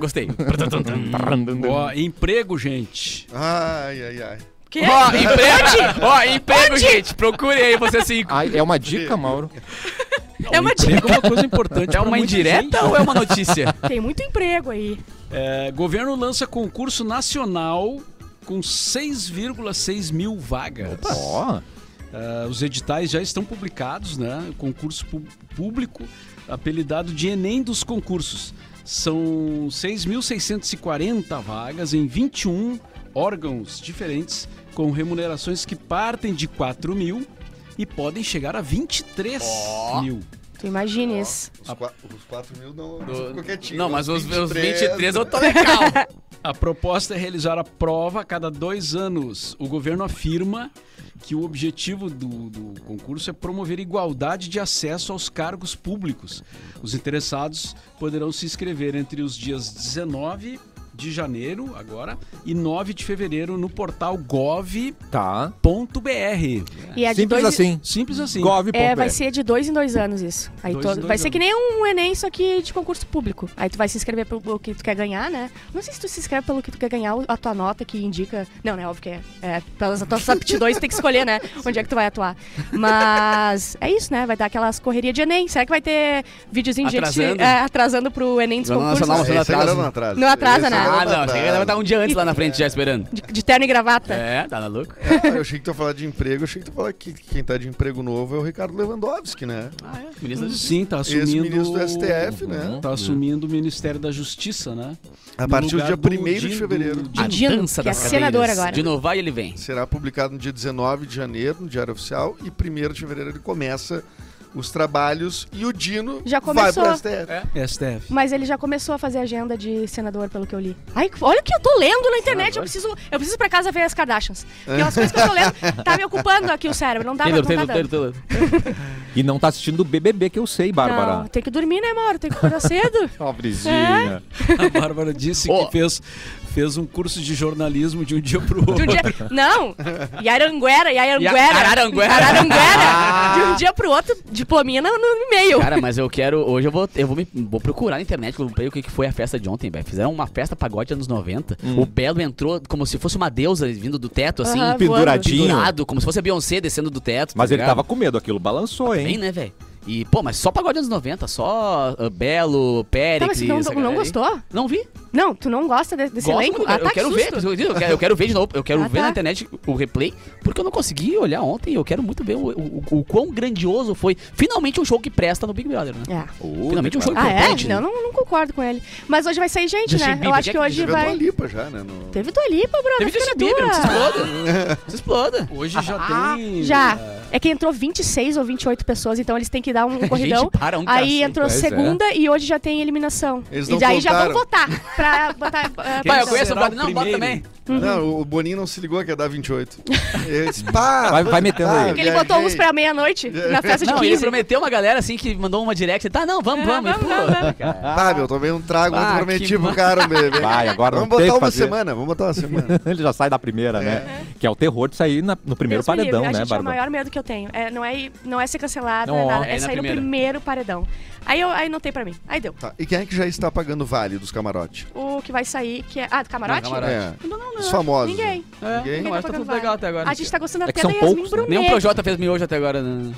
Gostei. Tradandandam. Ó, emprego, gente. Ai, ai, ai. Quê? <laughs> Ó, emprego, ó, emprego, gente. Procure aí você cinco. Ai, é uma dica, Mauro. É uma dica. Emprego é uma coisa importante. É pra uma muita gente. indireta ou é uma notícia? Tem muito emprego aí. <laughs> É, governo lança concurso nacional com 6,6 mil vagas. Ó, Ah, os editais já estão publicados, né? O concurso pu- público, apelidado de Enem dos concursos. São 6.640 vagas em 21 órgãos diferentes, com remunerações que partem de 4 mil e podem chegar a 23 Ó. mil. Tu imagina isso. Os, qua- os 4 mil não. você ficou quietinho. não, mas os, os 23 <laughs> 23 eu tô legal. A proposta é realizar a prova a cada dois anos. O governo afirma que o objetivo do, do concurso é promover igualdade de acesso aos cargos públicos. Os interessados poderão se inscrever entre os dias 19 de janeiro, agora, e 9 de fevereiro no portal gov.br. Tá. E é de Simples dois... assim. Simples assim. Gov. É, vai ser de dois em dois anos isso. Aí Dois tu- em dois vai ser anos. que nem um Enem, só que de concurso público. Aí tu vai se inscrever pelo que tu quer ganhar, né? Não sei se tu se inscreve pelo que tu quer ganhar, ou a tua nota que indica. Não, né? Óbvio que é. é pelas tuas <laughs> aptidões tu tem que escolher, né? Onde é que tu vai atuar. Mas <laughs> é isso, né? Vai dar aquelas correrias de Enem. Será que vai ter videozinho de gente Atrasando? é, atrasando pro Enem dos Jornal concursos? Nacional, Esse não ainda atrasa, não né? atrasa. Não atrasa, né? Ah, não, você você vai estar um dia antes lá na frente já esperando. De, de terno e gravata. É, tá maluco? Eu achei que tu ia falar de emprego, eu achei que tu ia falar que quem tá de emprego novo é o Ricardo Lewandowski, né? Ah, é. Ministro da Sim, tá assumindo. Ex-ministro do STF, né? Tá assumindo o Ministério da Justiça, né? A No partir do lugar dia do 1 de Dino- fevereiro. do- Dino, que é senador agora. De novo, vai ele vem. Será publicado no dia 19 de janeiro, no Diário Oficial, e 1 de fevereiro ele começa os trabalhos e o Dino Já vai começou. pro STF. STF. Mas ele já começou a fazer agenda de senador, pelo que eu li. Ai, olha o que eu tô lendo na internet. Eu preciso, eu preciso ir pra casa ver as Kardashians. Aquelas coisas que eu tô lendo. Tá me ocupando aqui o cérebro. Não dá mais. Taylor, Taylor, Não, tá Taylor, dando. Taylor. E não tá assistindo o BBB, que eu sei, não É? Bárbara. tem que dormir, né, Mauro? Tem que acordar cedo. Pobrezinha. Tá A Bárbara disse Ó. que fez, fez um curso de jornalismo de um dia pro outro. De <laughs> um dia... Não! Yaranguera, Yaranguera. Ya- Araranguera. Araranguera. De um dia pro outro, diplomina no e-mail. Cara, mas eu quero. Hoje eu vou, eu vou, me, vou procurar na internet vou ver o que, que foi a festa de ontem, velho. Fizeram uma festa pagode anos 90. O Belo entrou como se fosse uma deusa vindo do teto, assim, Hum. Aham, penduradinho. pendurado, como se fosse a Beyoncé descendo do teto. Mas tá ele ligado? tava com medo, aquilo balançou, bem, hein? né, velho? E, pô, mas só pagode anos 90, só ah, Belo, Pérez. Tá, mas tu não, essa não galera aí. gostou? Não vi. Não, tu não gosta de- desse Gosto, elenco? cara. Ah, tá, eu quero que ver, susto. por isso que eu, digo, eu quero, eu quero ver de novo, eu quero Ah, ver tá. na internet o replay, porque eu não consegui olhar ontem, eu quero muito ver o, o- o quão grandioso foi. Finalmente um show que presta no Big Brother, né? É. Puta Finalmente um que show pariu. Ah, importante. é? né? Não, não, não concordo com ele. Mas hoje vai sair gente, Justin né? Eu Bieber, acho que Jack hoje Teve a Dua vai. Lipa já, né? no- Teve Dua Lipa, Bruno. Teve fica Justin na Bieber, não se tua. exploda. não se <laughs> exploda. Hoje já Ah, tem. Já. eh, É que entrou 26 ou 28 pessoas, então eles têm que dar um <laughs> corridão. Gente, para um Aí cacete. entrou Pois é. segunda e hoje já tem eliminação. Eles e não daí já vão contaram. votar pra botar. eh, Pai, eu Quem conheço o será Brother. o Não, bota primeiro? também. Uhum. Não, o Boninho não se ligou que ia dar <laughs> 28. Ele disse, pá, Ah, Vai- vai metendo aí. porque ele botou uns pra meia-noite na festa de Não, ele 15. prometeu uma galera assim que mandou uma direct. Tá, não, vamos, É, vamos. e vamos, pulou. vamos, vamos. Cara. Ah, meu, tomei um trago, Ah, ah, que prometi pro mal. cara, bebê. Vai, agora Vamos não tem botar o que uma fazer. semana, vamos botar uma semana. <laughs> Ele já sai da primeira, né? Que é o terror de sair na- no primeiro Deus me paredão, livre, a né, gente, É o Bárbara? maior medo que eu tenho. É, não, é, ir- não é ser cancelado, Não, não é nada. é É, na sair primeira. no primeiro paredão. Aí, eu, aí não tem pra mim. Aí deu. Tá, E quem é que já está pagando o vale dos camarotes? O que vai sair, que é. Ah, do camarote? Não, camarote. É, Não, não, não. os famosos. Ninguém. É, Ninguém? não, acho que tá Ninguém tudo tá legal até agora. É A gente tá gostando que até são da Yasmin poucos, né? Brunet. Nenhum um Projota fez miojo até agora. Né?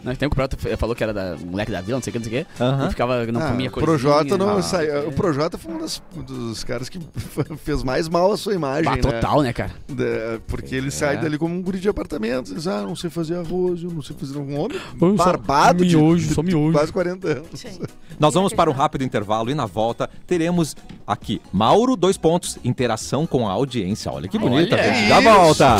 Nós temos que o Projota falou que era da moleque da vila, não sei o que, não sei o que. Aham. E ficava, não Ah, comia né? o coisa. Projota não Ah, saiu. é. O Projota foi um das- dos caras que <laughs> fez mais mal à sua imagem. Bah, né? total, é. né, cara? Da- porque ele sai dali como um guri de apartamento. Diz, ah, não sei fazer arroz, eu não sei fazer um homem. barbado de, de só miojo. quase 40 anos. Sim. Nós vamos para um rápido intervalo e na volta teremos aqui Mauro, dois pontos, interação com a audiência. Olha que bonita, Olha gente. Da volta.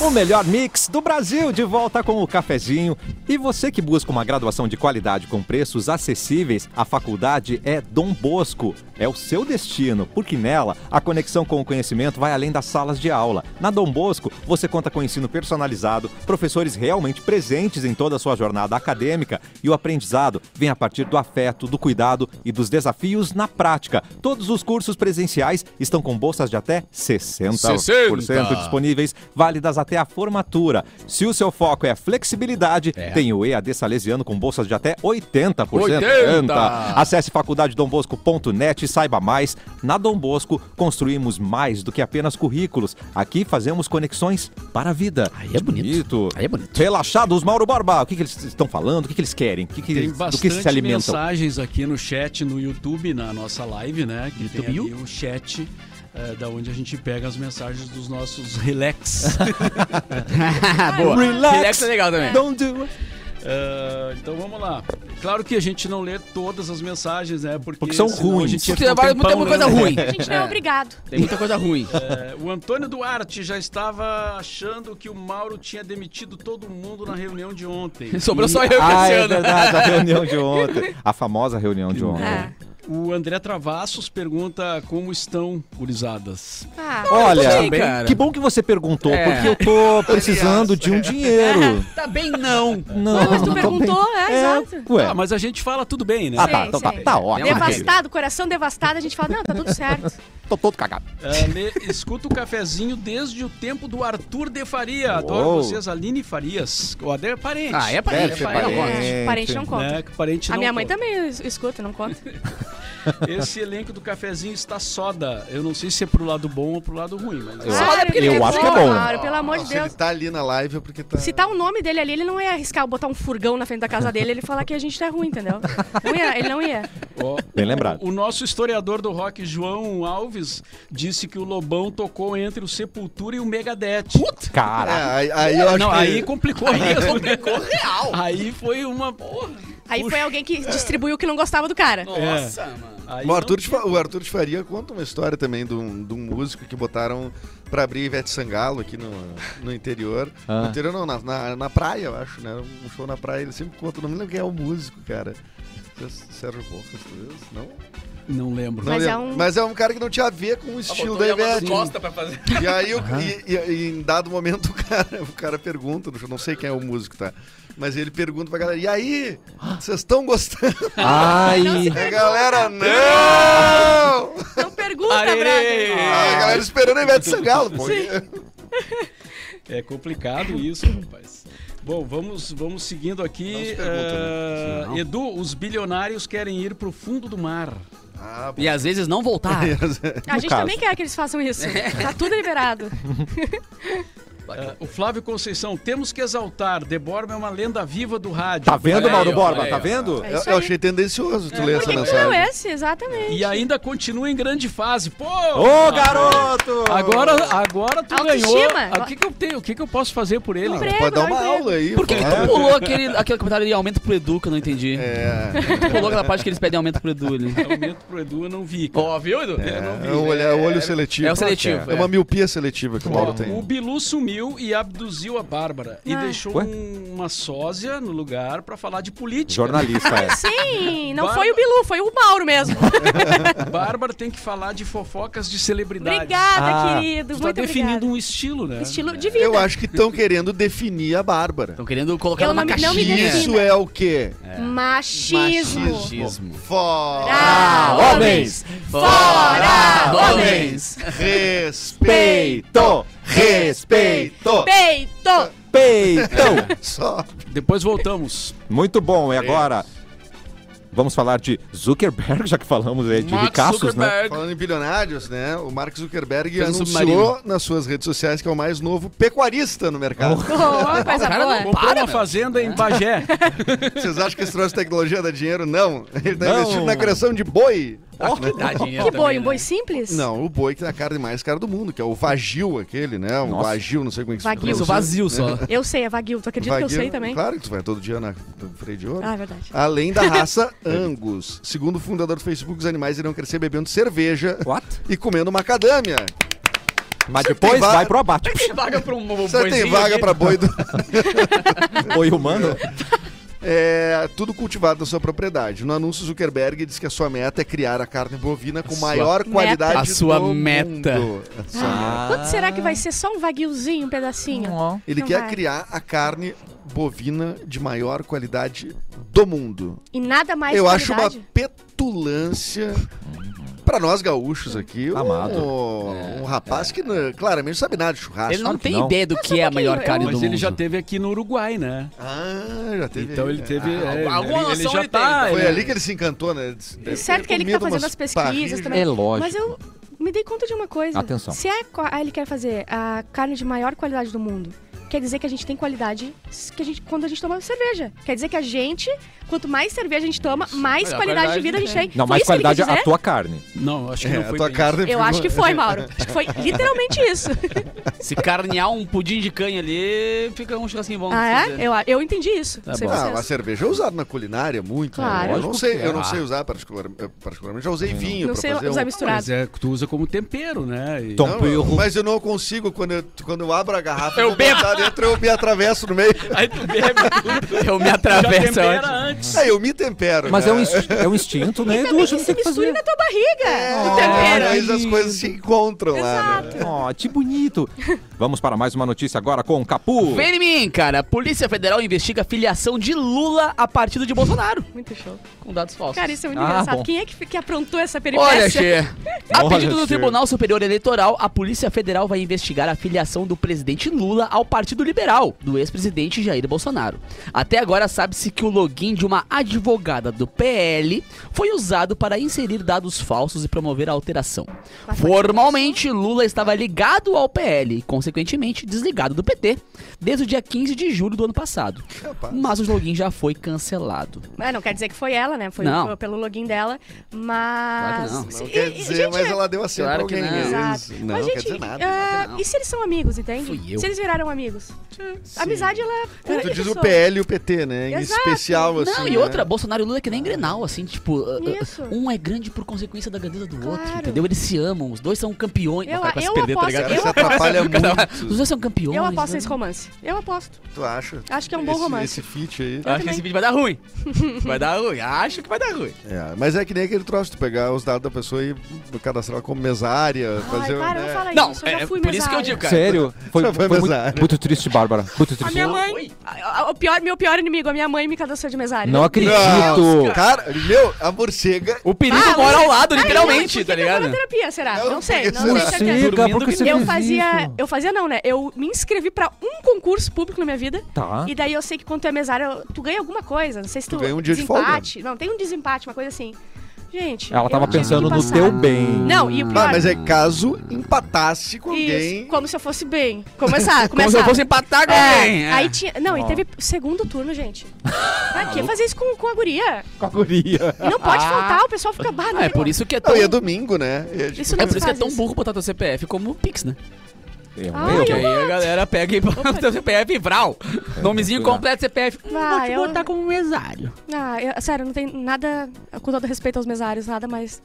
O melhor mix do Brasil de volta com o cafezinho. E você que busca uma graduação de qualidade com preços acessíveis, a faculdade é Dom Bosco. É o seu destino, porque nela a conexão com o conhecimento vai além das salas de aula. Na Dom Bosco, você conta com ensino personalizado, professores realmente presentes em toda a sua jornada acadêmica e o aprendizado vem a partir do afeto, do cuidado e dos desafios na prática. Todos os cursos presenciais estão com bolsas de até 60%, 60%. disponíveis disponíveis, válidas até a formatura. Se o seu foco é flexibilidade, É. tem o EAD Salesiano com bolsas de até 80%. 80! Acesse faculdadedombosco.net e saiba mais. Na Dom Bosco, construímos mais do que apenas currículos. Aqui fazemos conexões para a vida. Aí é bonito. Aí é bonito. Relaxados, Mauro Barba. O que, que eles estão falando? O que, que eles querem? O que que, Tem do que se bastante alimentam? mensagens aqui no chat, no YouTube, na nossa live, né? Que tem YouTube? ali o chat eh, da onde a gente pega as mensagens dos <laughs> nossos relax. Boa. Relax. Ah, Relax é legal também. Don't do it. Ah, então vamos lá. Claro que a gente não lê todas as mensagens, né? Porque, Porque são senão a ruins. gente ia Porque ficar um tem muita tempão coisa lendo. ruim. A gente não é obrigado. <laughs> Tem muita coisa ruim. É, o Antônio Duarte já estava achando que o Mauro tinha demitido todo mundo na reunião de ontem. Sobrou só eu e o Ah, é Cassiano. verdade, a reunião de ontem. A famosa reunião de ontem. Ah, O André Travassos pergunta como estão, gurizadas. ah, Olha, bem, cara. que bom que você perguntou, É. porque eu tô precisando de um dinheiro. Tá bem não. Não, Ué, mas tu não tô perguntou, bem. é, exato. Ué, Ah, mas a gente fala tudo bem, né? ah, tá, Sei, então tá, sei. tá ótimo. Devast- devastado, coração devastado, a gente fala, não, tá tudo certo. Tô todo cagado. É, lê- escuta o cafezinho desde o tempo do Arthur de Faria. Adoro Uou. vocês, Aline Farias. O Adé é parente. Ah, é Deve parente. ser pai, não <laughs> parente. gosto. É, parente não conta. Né, que parente A não minha mãe conta. também es- escuta, não conta. Esse elenco do cafezinho está soda. Eu não sei se é pro lado bom ou pro lado ruim, mas Eu- Claro porque ele eu acho que é bom. Mauro, pelo amor de Se ele Deus. tá ali na live é porque tá. Se tá o nome dele ali, ele não ia arriscar botar um furgão na frente da casa dele, ele ia falar que a gente tá ruim, entendeu? Não ia, ele não ia. Ó, Bem lembrado. O nosso historiador do rock, João Alves, disse que o Lobão tocou entre o Sepultura e o Megadeth. Puta! É, Cara, aí, aí eu acho Não, que. aí complicou mesmo. complicou real. Aí foi uma... Porra. Aí foi alguém que distribuiu que não gostava do cara. Nossa, mano. é. Aí O Arthur, não- de, Fa- o Arthur de Faria conta uma história também de um, de um músico que botaram pra abrir Ivete Sangalo aqui no, no interior. Ah. No interior não, na, na, na praia, eu acho, né? Um show na praia, ele sempre conta, não me lembro quem é o músico, cara. Sérgio Bocas, talvez? Não? Não lembro. Não Mas é lembro. um- Ah, Mas é um cara que não tinha a ver com o estilo da Ivete. E aí, o- e- e- e em dado momento, <laughs> o cara, o cara pergunta, eu não sei quem é o músico, tá? Mas ele pergunta pra galera, e aí, vocês estão gostando? <laughs> ai. A galera, não! Não Então pergunta, Aê! Braga. Ah, A galera esperando a Ivete Sangalo, pô. É complicado isso, rapaz. Bom, vamos, vamos seguindo aqui. Não se pergunta, Ah, né? Sim, não. Edu, os bilionários querem ir pro fundo do mar. Ah, pô. E às vezes não voltar. A No caso. gente também quer que eles façam isso. Tá tudo liberado. Ah, o Flávio Conceição, temos que exaltar. Deborah é uma lenda viva do rádio. É, Tá vendo, Olha aí, Mauro ó, Borba? olha Tá aí, ó. vendo? É Eu, isso eu aí. achei tendencioso tu ler Por essa é que, que não mensagem. esse? Exatamente. E ainda continua em grande fase. Pô! Ô, garoto! Agora, agora tu Autoestima. ganhou. Ah, O que, que eu tenho? O que, que eu posso fazer por ele? Emprego, Pode dar uma emprego. aula aí. Por que, que fala. tu pulou aquele, aquele comentário de aumento pro Edu que eu não entendi? É, Tu pulou aquela parte que eles pedem aumento pro Edu ali. Aumento É pro Edu, eu não vi. cara. Ó, viu, Edu? é, um olho, é um olho seletivo. É o seletivo, É é. uma miopia seletiva que o Mauro né? Ó, tem. O Bilu sumiu e abduziu a Bárbara. E Ah. deixou Ué? um- uma sósia no lugar pra falar de política. Jornalista, é. <laughs> Sim, não foi o Bilu, foi o Mauro mesmo. <laughs> Bárbara tem que falar de fofocas de <laughs> celebridades. Obrigada, Ah, querido. Tu tá Muito definindo obrigada. um estilo, né? É. Estilo de vida. Eu acho que estão querendo definir a Bárbara. Estão querendo colocar Eu ela numa não me- não me caixinha. defino. Isso é o quê? Machismo. Machismo. Ah. Fora! homens! Fora! Homens! Peito! Respeito! Peito! Peitão! Só. Depois voltamos. Muito É. bom, e agora? Vamos falar de Zuckerberg, já que falamos aí de Mark ricaços, né? Falando em bilionários, né? O Mark Zuckerberg Fez um anunciou submarino. nas suas redes sociais que é o mais novo pecuarista no mercado. Oh, coisa cara boa. não- é Comprou Para, uma meu. fazenda em Bagé. Vocês acham que esse troço de tecnologia dá dinheiro? Não. Ele tá Não. investindo na criação de boi. Ah, que dá dinheiro Que também, boi, um né? boi simples? Não, o boi que é a carne mais cara do mundo, que é o vagil aquele, né? O Nossa. vagil, não sei como é que se Wagyu. Isso, pronuncia. vazio só. Eu sei, é vaguio. Tu acredita que eu Wagyu, sei também? Claro que tu vai todo dia na, no freio de ouro. Ah, é verdade. Além da <laughs> raça É. Angus. Segundo o fundador do Facebook, os animais irão crescer bebendo cerveja What? e comendo macadâmia. Mas Você depois tem va- vai pro abate. Tem vaga pra um boizinho Você tem vaga ali? pra boi <laughs> do... Oi, humano. É, tudo cultivado na sua propriedade. No anúncio, Zuckerberg diz que a sua meta é criar a carne bovina com sua maior qualidade A sua do meta. Ah. mundo. A sua meta. Quanto será que vai ser só um vaguiozinho, um Uhum. pedacinho? Ele Não quer vai. criar a carne bovina de maior qualidade do mundo. E nada mais Eu acho uma Ah, é qualidade? petulância pra nós gaúchos aqui. Um, Amado. É, um rapaz que né, claramente não sabe nada de churrasco. Ele não tem não. ideia do que é a melhor carne do Mas ele mundo. já teve aqui no Uruguai, né? Ah, já teve. Então ele teve. Ah, é, alguma ele, noção já ele tá. tem, Foi ele- ali que ele se encantou, né? E Deve certo ter que ele que tá comido umas fazendo né? as pesquisas parrilhas. também. É lógico. Mas eu me dei conta de uma coisa. Atenção. Se é, qua- ah, ele quer fazer a carne de maior qualidade do mundo, quer dizer que a gente tem qualidade que a gente, quando a gente toma cerveja. Quer dizer que a gente, quanto mais cerveja a gente toma, mais Melhor qualidade, qualidade de vida a gente tem. tem. Não, Foi mais isso que ele quis qualidade a dizer? tua carne. Não, acho que É, não a foi tua bem carne Eu acho que <laughs> <laughs> foi, Mauro. Acho que foi literalmente isso. É Se carnear um pudim de canha ali, fica um churrasquinho bom. Ah, quer é? dizer. Eu, eu entendi isso. Tá Não sei bom. Ah, a vocês. cerveja é usada na culinária muito. né? Claro. Eu não Lógico sei, que eu é. Ah. não sei usar particular- eh, particularmente. Já usei vinho Não pra sei fazer usar um... misturado. Mas é que tu usa como tempero, né? E- Tom Não, Perro. mas eu não consigo, quando eu, quando eu abro a garrafa, eu botar dentro, eu me atravesso no meio. Aí tu bebe tudo. <laughs> Eu me Já atravesso. é tempera ótimo. antes. Aí eu me tempero. Mas né? é um, inst- é um instinto, né, Edu? A gente tem que Misture fazer. na tua barriga. É, tu tempera. Mas as Ai. coisas se encontram lá, né? Ó, que bonito. Vamos para mais uma notícia agora com o Capu. Vem em mim, cara. Polícia Federal investiga a filiação de Lula a partido de Bolsonaro. Muito show. Com dados falsos. Cara, isso é muito Ah, engraçado. bom. Quem é que, fi- que aprontou essa peripécia? Olha, Che. A <laughs> Olha, pedido do Che. Tribunal Superior Eleitoral, a Polícia Federal vai investigar a filiação do presidente Lula ao Partido Liberal, do ex-presidente Jair Bolsonaro. Até agora sabe-se que o login de uma advogada do PL foi usado para inserir dados falsos e promover a alteração. Mas foi Formalmente, Lula estava ligado ao PL e, consequentemente, desligado do PT, desde o dia 15 de julho do ano passado. Capaz. Mas o login já foi cancelado. Mas É, não quer dizer que foi ela, né? Foi Não. foi pelo login dela. Mas. Claro que não. Não Se- quer e- e, dizer, gente, mas é- ela deu a cena Claro pra que alguém. não. é isso. Exato. Não mas, quer gente, dizer nada. ah, nada, não. e se eles são amigos, entende? Fui eu. Se eles viraram amigos. Amizade, ela. Tu diz o pessoa. PL e o PT, né? Em Exato. especial, Não, assim. Não, né? e outra, Bolsonaro e Lula é que nem Grenal, assim, tipo, uh, uh, Isso. um é grande por consequência da grandeza do outro, Claro. entendeu? Eles se amam, os dois são campeões. Eu- O cara vai se eu perder, tá aposto- ligado? Cara, eu se atrapalha Os muito. dois são campeões. Eu aposto né? nesse romance. <laughs> Eu aposto. Tu acha? Acho que é um bom Esse- romance. Esse feat aí. Eu acho que esse vídeo vai dar ruim. Vai dar ruim, acho que vai dar ruim. É, mas é que nem aquele troço, tu pegar os dados da pessoa e cadastrar ela como mesária, fazer... Ai, para, não né? fala Não, isso. eu é já fui por isso que eu mesária. digo, cara. Sério? Foi, Já foi foi muito, mesário. muito triste, Bárbara. Muito triste. A minha Oi. mãe. a- a- o pior, meu pior inimigo, a minha mãe me cadastrou de mesário. Não acredito. Não, cara, meu, a morcega... O perigo Ah, mora ao lado, Ai, literalmente, gente, por tá que que eu vou ligado? na terapia, será? Não, Não, sei, porque não, não tenho será? Sim, certeza. Siga, Dormindo por que que você Eu fez fazia, isso? eu fazia não, né? Eu me inscrevi pra um concurso público na minha vida. Tá. E daí eu sei que quando tu é mesário, tu ganha alguma coisa. Não sei se Tu tu, ganha um dia de desempate. Não, tem um desempate, uma coisa assim. Gente, Ela eu tava tive que pensando no passar. teu bem. Não, e o pior, Ah, mas é caso empatasse com alguém... isso, como se eu fosse bem. <laughs> Começar, Como se começar. eu fosse empatar com alguém. é. Aí tinha, não, Ó. e teve segundo turno, gente. Pra que fazer isso com, com a guria? Com a guria. E não pode Ah. faltar, o pessoal fica barra. Ah, é por isso que é tão... Não, e é domingo, né? E é, tipo, Isso Ah, É não por isso que é faz tão burro botar teu CPF como o Pix, né? Eu, Ai, eu, Porque aí a galera pega e bota teu CPF e vral. É, <laughs> Nomezinho não. completo, CPF. Hum, Vou Ah, te eu- botar como mesário. Ah, eu- sério, não tem nada, com todo respeito aos mesários, nada mais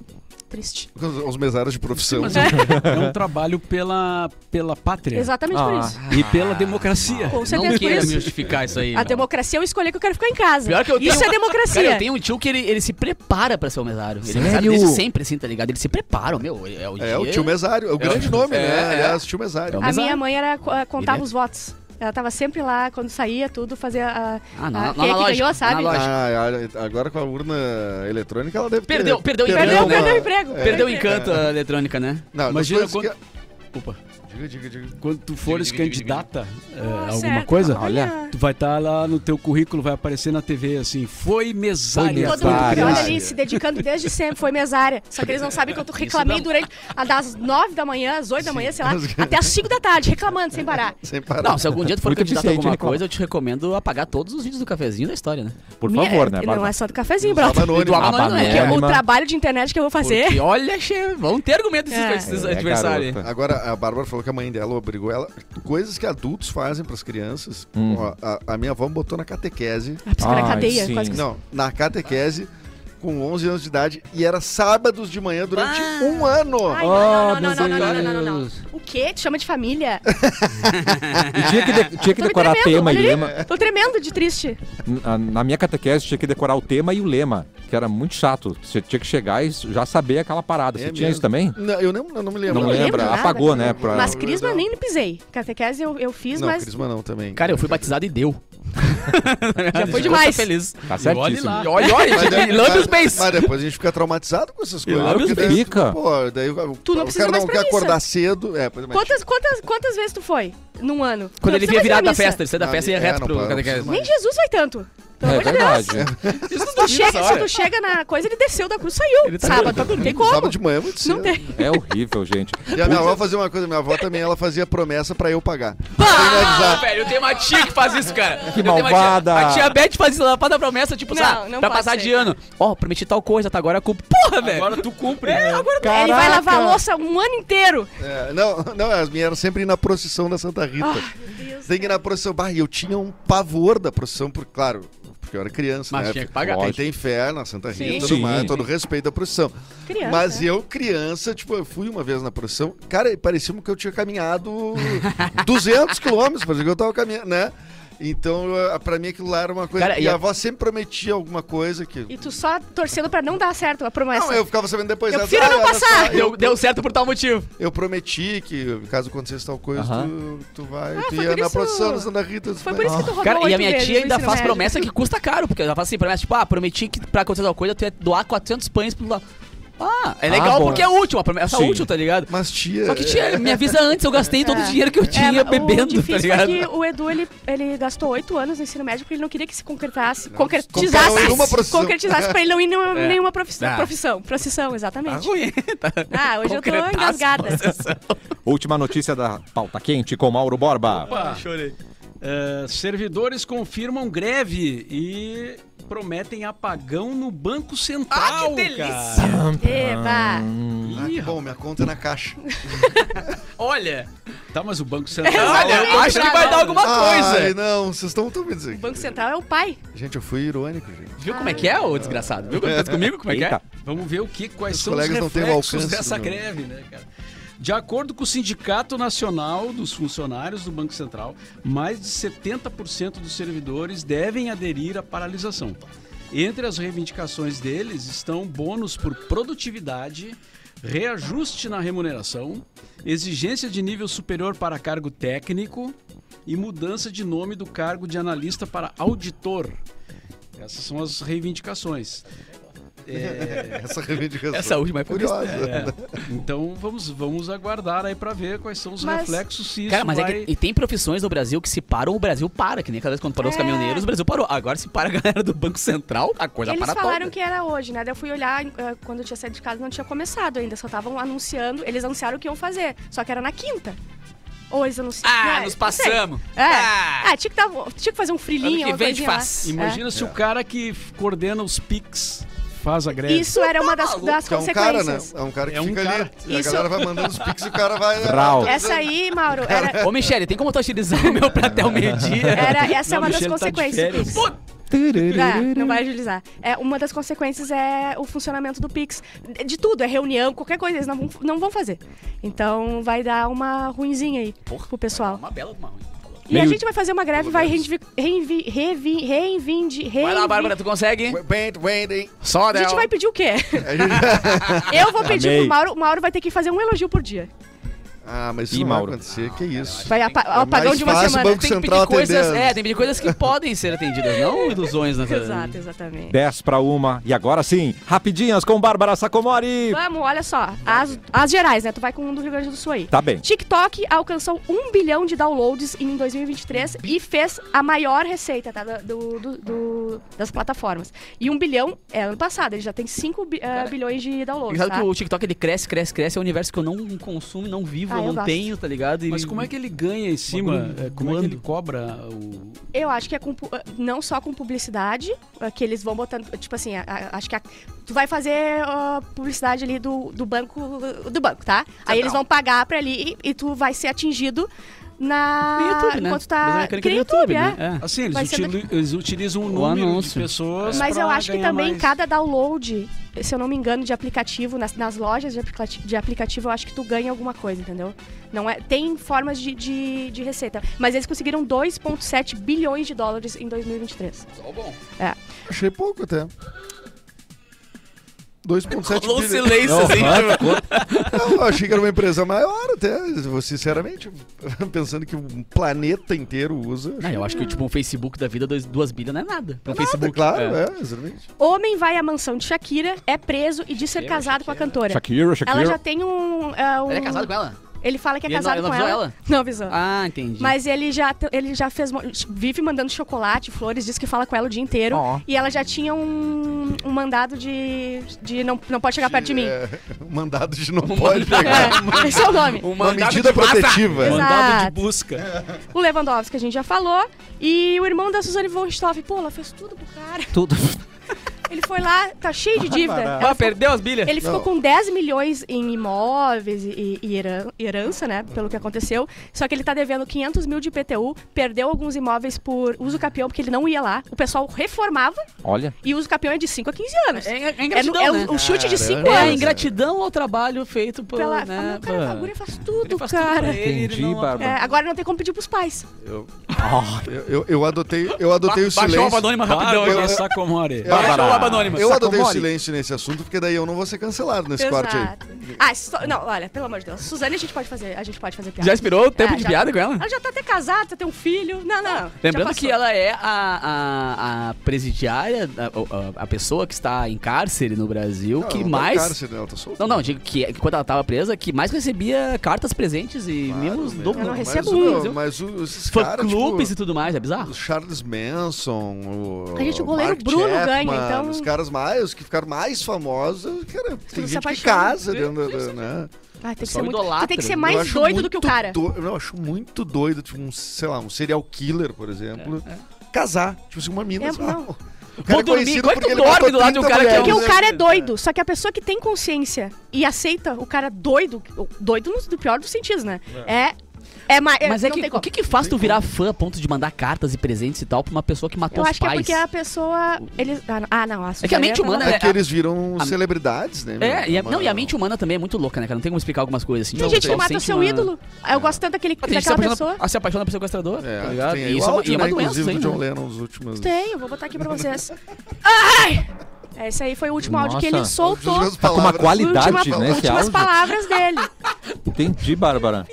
triste. os, os mesários de profissão. Mas É um trabalho pela, pela pátria Exatamente Ah, por isso. e pela democracia. Com não certeza por queira me isso. justificar isso aí. A meu. democracia é eu escolhi que eu quero ficar em casa. Pior que eu isso tenho- é democracia. Cara, eu tenho um tio que ele, ele se prepara pra ser o mesário. Ele é Sério? mesário desde sempre, assim, tá ligado? Ele se prepara, meu. ele É o, É, o dia- tio mesário. É o grande o- nome, é, né? é. Aliás, tio É mesário. o A Mas minha a- mãe era co- eh, contava Ele é- os votos. Ela tava sempre lá, quando saía tudo, fazia a, Ah, não, a- não, quem é que analógico, ganhou, sabe? analógico. Ah, agora com a urna eletrônica ela deve ter- Perdeu- perdeu o Perdeu, Não, perdeu o uma- emprego. Perdeu o emprego. encanto a eletrônica, né? É. Não, Imagina Imagina quando- quando... Opa. Diga, diga, diga. Quando tu fores Diga, diga, diga, candidata eh, a Ah, alguma certo. coisa, Olha. tu vai estar lá no teu currículo, vai aparecer na TV assim, foi mesária. Foi Todo mundo Várias. que olha ali se dedicando desde sempre, foi mesária. Só que eles não sabem que eu tô- reclamei não. durante a das 9 da manhã, às 8 da manhã, sei lá, até às 5 da tarde, reclamando sem parar. Sem parar. Não, se algum dia tu for Muito candidato a eficiente, né, alguma Nicola. coisa, eu te recomendo apagar todos os vídeos do cafezinho da história, <laughs> né? Por Minha- favor, né, Não Bárbara? é só do cafezinho, Usava brother. anônimo. E do Ah, Amazon, banana. né? Porque É, o mas- trabalho de internet que eu vou fazer. Porque, olha, che... vão ter argumento esses, É. esses É, adversários. <laughs> garota. Agora, a Bárbara falou que a mãe dela obrigou ela. Coisas que adultos fazem pras crianças. Hum. Ó, a, a minha avó me botou na catequese. Ah, psico, na Ai, cadeia, sim. quase que Não, na catequese, com 11 anos de idade. E era sábados de manhã durante Ah. um ano. Ai, não, não, Ah, não, não, não, meu não, não, não, não, não. O quê? Te chama de família? E tinha que, de- tinha que Tô me decorar tremendo, tema e olha ali. lema. Tô tremendo de triste. Na- Na minha catequese tinha que decorar o tema e o lema, que era muito chato. Você tinha que chegar e já saber aquela parada. É Você tinha mesmo. isso também? Não, eu não, eu não me lembro. Não lembro lembra? nada. Apagou, né? pra- Mas não, Crisma não. nem pisei. Catequese eu, eu fiz, Não, mas. Crisma não também. Cara, eu fui batizado e deu. Já foi demais. feliz. Tá E olhe certíssimo. lá. E olha, olha, Mas, gente, daí- lambe mas- os peitos. Mas depois a gente fica traumatizado com essas coisas. lambe porque os daí peitos. tu- Fica. Pô, daí o- Tu não o precisa cara mais não pra quer missa. acordar cedo. É, pois, mas- Quantas, quantas, quantas vezes tu foi num ano? Quando Não ele precisa vinha mais ir virado pra da missa. festa, ele sai da Não, festa e ia é, reto não pro pode, não catequese. precisa Nem Jesus vai tanto. Pelo É amor de verdade. Isso Deus. Tu chega, se tu chega na coisa, ele desceu da cruz e saiu. Ele tá sábado. dormindo, tá não tem dormindo. como. Sábado de manhã é muito cedo. Não tem. É horrível, gente. E a minha avó fazia uma coisa, minha avó também, ela fazia promessa pra eu pagar. Pá, Ah, velho, eu tenho uma tia que faz isso, cara. Que Eu tenho uma tia- malvada. A tia Beth faz isso, ela faz a promessa, tipo, Não, sabe, não pra pode passar ser. de ano. Ó, prometi tal coisa, tá agora eu culpa. Porra, velho. Agora tu cumpre. É, agora Caraca. Ele vai lavar a louça um ano inteiro. É, não, não, as minhas eram sempre ir na procissão da Santa Rita. Ah. Tem que ir na procissão. Bah, e eu tinha um pavor da procissão, por, claro, porque eu era criança, Mas né? tinha que pagar. Quem Lógico. tem fé na Santa Rita, Sim. tudo mais, Sim. todo respeito à procissão. Criança. é. Mas eu, criança, tipo, eu fui uma vez na procissão, cara, e parecia que eu tinha caminhado 200 quilômetros, parecia que eu tava caminhando, né? Então, eh, pra mim aquilo lá era uma coisa. Cara, e, e a a- avó sempre prometia alguma coisa que. E tu só torcendo pra não dar certo a promessa. Não, eu ficava sabendo depois. Eu ela, prefiro não olha só, passar." eu, Deu, deu certo por tal motivo. eu prometi que, caso acontecesse tal coisa, Aham. tu, tu vai. tu Ah, foi ia por na isso- procissão da Santa Rita. tu Foi vai- por isso que tu rodou Cara, e a oito minha vezes tia no ainda ensino faz médio. promessa que custa caro, porque ela faz assim, promessa, tipo, ah, prometi que pra acontecer tal coisa tu ia doar 400 pães pro lado. Ah, é Ah, legal bom. porque é útil, uma promessa Sim. útil, tá ligado? Mas tia. Só que tia, me avisa antes, eu gastei todo o dinheiro que eu É, tinha mas o bebendo, tá difícil é ligado? que o Edu, ele, ele gastou oito anos no ensino médio porque ele não queria que se concretasse, concretizasse concretizasse, nenhuma profissão. concretizasse pra ele não ir em nenhuma, É. nenhuma profissão, Ah. profissão, profissão, Tá exatamente. <laughs> ruim, tá? Ah, hoje eu tô Concretaço, engasgada. processão. Última notícia da pauta quente com Mauro Borba. Opa. É, servidores confirmam greve e prometem apagão no Banco Central. Ah, que delícia! Cara. Eba! Ah, que bom, minha conta é na caixa. Olha, Tá, mas o Banco Central. É, olha, eu acho que vai dar alguma Ai, coisa. não, vocês estão tão me O dizendo. Banco Central é o pai. Gente, eu fui irônico, gente. Viu como é que é, ô desgraçado? Viu como tá comigo? Como é que é? Eita. Vamos ver o que, quais Os são os colegas não têm o reflexos alcance dessa do- greve, né, cara? De acordo com o Sindicato Nacional dos Funcionários do Banco Central, mais de 70% dos servidores devem aderir à paralisação. Entre as reivindicações deles estão bônus por produtividade, reajuste na remuneração, exigência de nível superior para cargo técnico e mudança de nome do cargo de analista para auditor. Essas são as reivindicações. É Essa reivindicação. Essa última é curiosa. curiosa. Então vamos, vamos aguardar aí pra ver quais são os Mas- reflexos se Cara, isso mas vai... é que e tem profissões no Brasil que se param, o Brasil para. Que nem aquela vez quando parou os É. caminhoneiros, o Brasil parou. Agora se para a galera do Banco Central, a coisa Eles para falaram toda. que era hoje, né? Daí eu fui olhar eh, quando eu tinha saído de casa, não tinha começado ainda, só estavam anunciando, eles anunciaram o que iam fazer, só que era na quinta. Ou eles anunciaram. Ah, né? nos Não sei. passamos. É. Ah. Ah, tinha que, dar- tinha que fazer um frilinho, Ano que uma vem a gente coisinha lá. faz. É. Imagina se o cara que f- coordena os PIX faz a greve. Isso era tá uma das, das Que é um cara, né? consequências. É um cara que É um fica cara. ali. E a Isso. galera vai mandando os pix e o cara vai. né? Brau. Essa aí, Mauro, era, Ô, Michele, tem como tu agilizar o meu pra até o <laughs> meio-dia? era- essa é Não, uma das Michele tá de consequências. do férias. Pix. Puta, Tá, não vai agilizar. É, uma das consequências é o funcionamento do Pix. De- De tudo, é reunião, qualquer coisa, eles não vão, não vão fazer. Então vai dar uma ruinzinha aí pro pessoal. Uma bela de uma ruim. E a Meio- gente vai fazer uma greve, vai reivindicar. Reinvi, revi- reivindi- Vai lá, reinvi- Bárbara, tu consegue? Wait, wait, hein? Só A gente vai pedir o quê? <laughs> É. Eu vou pedir Amei. pro Mauro. O Mauro vai ter que fazer um elogio por dia. Ah, mas Ih, isso não vai Mauro. acontecer. Que isso? Vai apa ao apagão mais de uma fácil, semana. Banco Tem que Central pedir coisas, atendendo. é, tem que pedir coisas que podem ser atendidas, não ilusões né? na Exato, exatamente. 10 para uma. E agora sim, rapidinhas com Bárbara Sacomori. Vamos, olha só. As, as gerais, né? Tu vai com um do Rio Grande do Sul aí. Tá bem. TikTok alcançou 1 bilhão de downloads em 2023 e fez a maior receita tá, da- do, do- do- das plataformas. E 1 bilhão é ano passado, ele já tem 5 bi- ah, bilhões de downloads. Engraçado tá? que o TikTok ele cresce, cresce, cresce. É um universo que eu não consumo, não vivo, Ah, eu eu não gosto. tenho, tá ligado? E- Mas como é que ele ganha em cima? Bagulho É, Como é que voando. ele cobra o... Eu acho que é com pu- ah, não só com publicidade, ah, que eles vão botando. Tipo assim, a- a- acho que a- tu vai fazer ah, publicidade ali do, do banco do banco, tá? Aí eles vão pagar pra ali e, e tu vai ser atingido na. No YouTube, né? Ah, Enquanto Mas a tá. mecânica Que do nem YouTube, é. né? É. Assim, eles, Vai ser utili- eles utilizam um O número anúncio. de pessoas Mas pra eu acho que ganhar também mais. cada download, se eu não me engano, de aplicativo, nas, nas lojas de, aplicati- de aplicativo, eu acho que tu ganha alguma coisa, entendeu? Não é, tem formas de, de, de receita. Mas eles conseguiram 2,7 bilhões de dólares em 2023. Achei pouco até. 2,7 Rolou um bilhões. silêncio, assim, tipo... Eu achei que era uma empresa maior até, vou sinceramente, <laughs> pensando que um planeta inteiro usa. Não, eu acho que tipo, um Facebook da vida, dois, duas bilhas não é nada. Pra um Nada, Facebook, claro, é. é, exatamente. Homem vai à mansão de Shakira, é preso e diz ser casado com a cantora. Shakira, Ela Shakira. já tem um. é, um- Ele é casado com ela? Ele fala que é E ele não- casado ele não com avisou ela. ela? Não avisou. Ah, entendi. Mas ele já, t- ele já fez. mo- Vive mandando chocolate, flores, diz que fala com ela o dia inteiro. Ó. E ela já tinha um, um mandado de. de não, não pode chegar perto de mim. É, <laughs> um mandado de não pode pegar. É, esse é o nome. Um Uma mandado medida de mata. protetiva. Exato. Mandado de busca. O Lewandowski, a gente já falou. E o irmão da Suzane von Stoff. Pô, ela fez tudo pro cara. Tudo. Ele foi lá, tá cheio de dívida. Ela Ah, perdeu as bilhas. Ele ficou Não. com 10 milhões em imóveis e, e heran- herança, né? Pelo que aconteceu. Só que ele tá devendo 500 mil de IPTU, perdeu alguns imóveis por uso capião, porque ele não ia lá. O pessoal reformava Olha, e o uso capião é de 5 a 15 anos. É, é É, no- ingratidão, é né? o, o chute de 5 Caramba. É a anos. ingratidão ao trabalho feito por... Pela, né, ah, não, cara, o pô. Agulha faz tudo, Ele faz tudo tá cara. pra ele, ele Entendi, não- Bárbara. É, agora não tem como pedir pros pais. Eu, eu, eu adotei, eu adotei o Baixou o silêncio. Abanônima rapidão. aqui. Claro, eu, eu- Sacomore. eu- Baixou o Abanônima. Eu adotei o Sacomori. silêncio nesse assunto, porque daí eu não vou ser cancelado nesse corte aí. Ah, só- não, olha, pelo amor de Deus. Suzane, a gente pode fazer, a gente pode fazer piada. Já esperou o tempo Ah, de já- piada com ela? Ela já tá até casada, tem um filho. Não, não. Lembrando já que passou. ela é a, a, a presidiária, a, a- a pessoa que está em cárcere no Brasil, Não, que não tá mais... cárcere, né? Eu tô solto. Não, não, digo que que quando ela tava presa, que mais recebia cartas, presentes e Claro, mimos meu. do Eu não mundo. recebo mas, um, o- Brasil. Mas o- esses caras, tipo, Fã-clubes e tudo mais, é bizarro? O Charles Manson, o. A gente, o goleiro Bruno ganha, então- Os caras mais, os que ficaram mais famosos, cara, tem se gente que apaixona. casa dentro da. Né? Ai, tem que Só ser muito... idolatra. Tu tem que ser Eu Eu mais acho doido do que o muito cara. doi- não, eu acho muito doido, tipo, um, sei lá, um serial killer, por exemplo, casar. Tipo assim, uma mina. É, sei lá. não. O cara É, Vou dormir. conhecido Como é que porque tu ele dorme matou do lado de um 30 cara que é Porque um- mulheres, o cara é né? doido, só que a pessoa que tem consciência e aceita o cara doido, o doido no, do pior dos sentidos, né? É. É, mais. Mas é não que tem o como. que, que faz tu virar fã a ponto de mandar cartas e presentes e tal pra uma pessoa que matou Eu os acho que é pais? porque a pessoa. Eles, ah, não. Ah, não a É que a Suzane mente tá humana maluca. É que eles viram A- celebridades, né? É, e a, Uma- não, e a mente humana também é muito louca, né, cara? Não tem como explicar algumas coisas assim. Tem tu gente que só mata sente seu uma- ídolo. Eu gosto tanto daquele, Ah, Tem gente que se daquela apaixona, pessoa. ah, se apaixona por sequestrador, É, tá ligado? tem E aí isso o é uma, e áudio, é uma né, doença, inclusive, hein, do John né? Lennon, os últimos... Tem, eu vou botar aqui pra vocês. <laughs> Ai! É, Esse aí foi o último áudio que Nossa. ele soltou. Últimas tá com uma palavras. qualidade, Última- né, esse últimas áudio. palavras dele. Entendi, <laughs> Bárbara.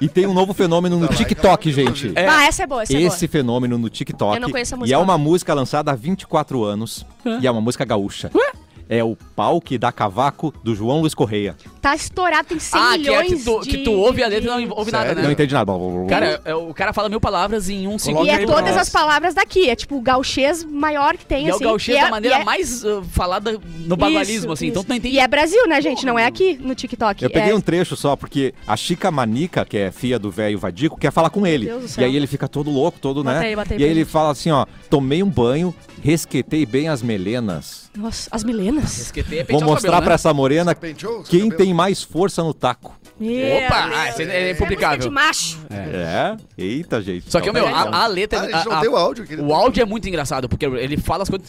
E tem um novo fenômeno no Tá lá, TikTok, então, gente. É. Ah, essa é boa, essa é boa. Esse fenômeno no TikTok. Eu não conheço a E música. é uma música lançada há 24 anos. E é uma música gaúcha. É o pau que dá cavaco do João Luiz Correia. Tá estourado, tem 100 Ah, que, é milhões que, tu, de... que tu ouve a letra e não ouve nada, Sério? Não né? entendi nada. Cara, é- o cara fala mil palavras em um segundo. E é aí pra todas nós. as palavras daqui. É tipo o gauchês maior que tem, E é o assim. gauchês da maneira e é- mais uh, falada no bagualismo, Isso, assim. isso. Então tu não entende. E é Brasil, né, gente? Não é aqui no TikTok. Eu peguei é... um trecho só, porque a Chica Manica, que é filha do velho Vadico, quer falar com ele. Meu Deus E do céu. aí ele fica todo louco, todo, né? Bota aí, bota aí e aí pra ele mim. fala assim, ó, tomei um banho, resquetei bem as melenas. Nossa, as milenas. Esquetei, é Vou pentear o mostrar cabelo, pra né? essa morena Penteou os quem cabelos? tem mais força no taco. Meu Opa! Deus. Ah, esse é, é É música de publicável. macho. É? Eita, gente. Só que, Então, meu, tá a, a letra. Ah, a gente a- não a- tem o áudio. querido. o áudio é muito engraçado, porque ele fala as coisas.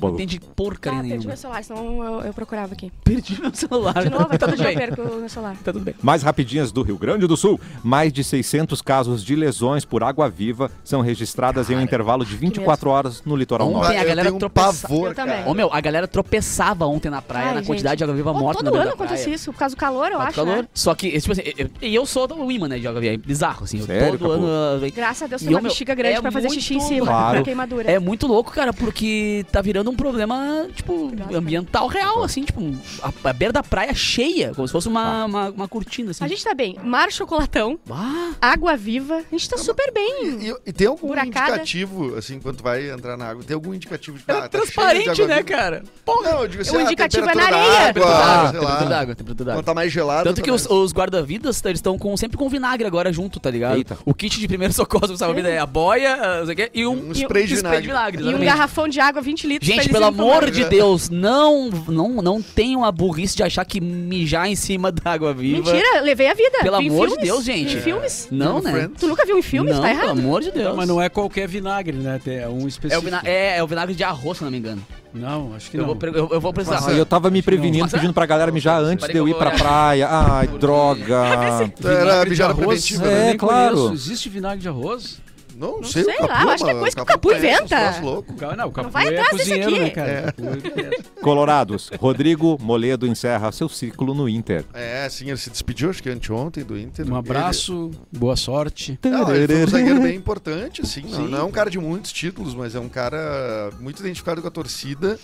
Não entende porcaria Ah, perdi nenhuma. meu celular, senão eu, eu procurava aqui. Perdi meu celular. De novo, é tá todo tudo dia eu bem. perco o meu celular. Tá tudo bem. Mais rapidinhas do Rio Grande do Sul. Mais de 600 casos de lesões por água-viva são registradas em um intervalo de 24 horas no litoral Ontem norte. a eu galera tenho um tropeça- pavor, Eu também. cara. Ô, meu, a galera tropeçava ontem na praia, Ai, na gente. quantidade de água-viva Pô, morta na todo beira ano da praia. acontece isso, por causa do calor, eu Tá acho, calor. né? Só que, tipo assim, eu- eu- e eu sou o imã, né, de água-viva. É bizarro, assim. eu Sério, todo Capu? ano. eu- Graças a Deus E, tem uma ô, meu, bexiga grande é pra fazer xixi em muito- cima, Claro. pra queimadura. É muito louco, cara, porque tá virando um problema, tipo, ambiental real, assim, tipo, a, a beira da praia é cheia, como se fosse uma, uma, uma cortina, assim. A gente tá bem. Mar chocolatão, Ah, água viva, a gente tá super bem. E, e tem algum Buracada. indicativo, assim, quando vai entrar na água? Tem algum indicativo de é ah, tá cheio de transparente, água né, viva? cara? Porra! Não, eu digo assim, O ah, indicativo é na temperatura da areia. água, Temperatura sei d'água, lá. temperatura d'água, temperatura Quando d'água. tá mais gelado. Tanto que os, os guarda-vidas tá, eles estão com, sempre com vinagre agora junto, tá ligado? Eita. O kit de <laughs> primeiro socorro, sabe? vida É a boia, ah, não sei o quê, e um, Um spray de spray de vinagre. vinagre. E um exatamente. garrafão de água, 20 litros. pra Gente, eles pelo irem tomando. amor de Deus, não, não, não tenham a burrice de achar que mijar em cima da água viva. Mentira, levei a vida. Pelo Vi em amor de filmes, Deus, vi gente. Em filmes? Não, Tudo né? um friend. Tu nunca viu em filmes? não, tá pelo errado. amor de Deus. Mas não é qualquer vinagre, né? É um É o, específico. vina- é- é o vinagre de arroz, se não me engano. Não, acho que Eu não. vou, pre- eu, eu vou precisar. Ah, eu tava me prevenindo, pedindo pra galera mijar antes de eu ir pra praia. Ai, droga. Era Vinagre de mijada arroz? preventiva, eu né? nem É, claro. conheço. Existe vinagre de arroz? Não, Não sei, sei o Capu, lá, eu acho que é mano, coisa que o Capu conhece uns inventa. troços loucos. O Capu- Não, o Capu vai é atrás desse cozinheiro, aqui. né, cara? É. Colorados, Rodrigo Moledo encerra seu ciclo no Inter. É, sim, ele se despediu, acho que anteontem, do Inter. Um abraço, boa sorte. Ele... Não, ele foi um zagueiro bem importante, assim. Não, Sim. não é um cara de muitos títulos, mas é um cara muito identificado com a torcida.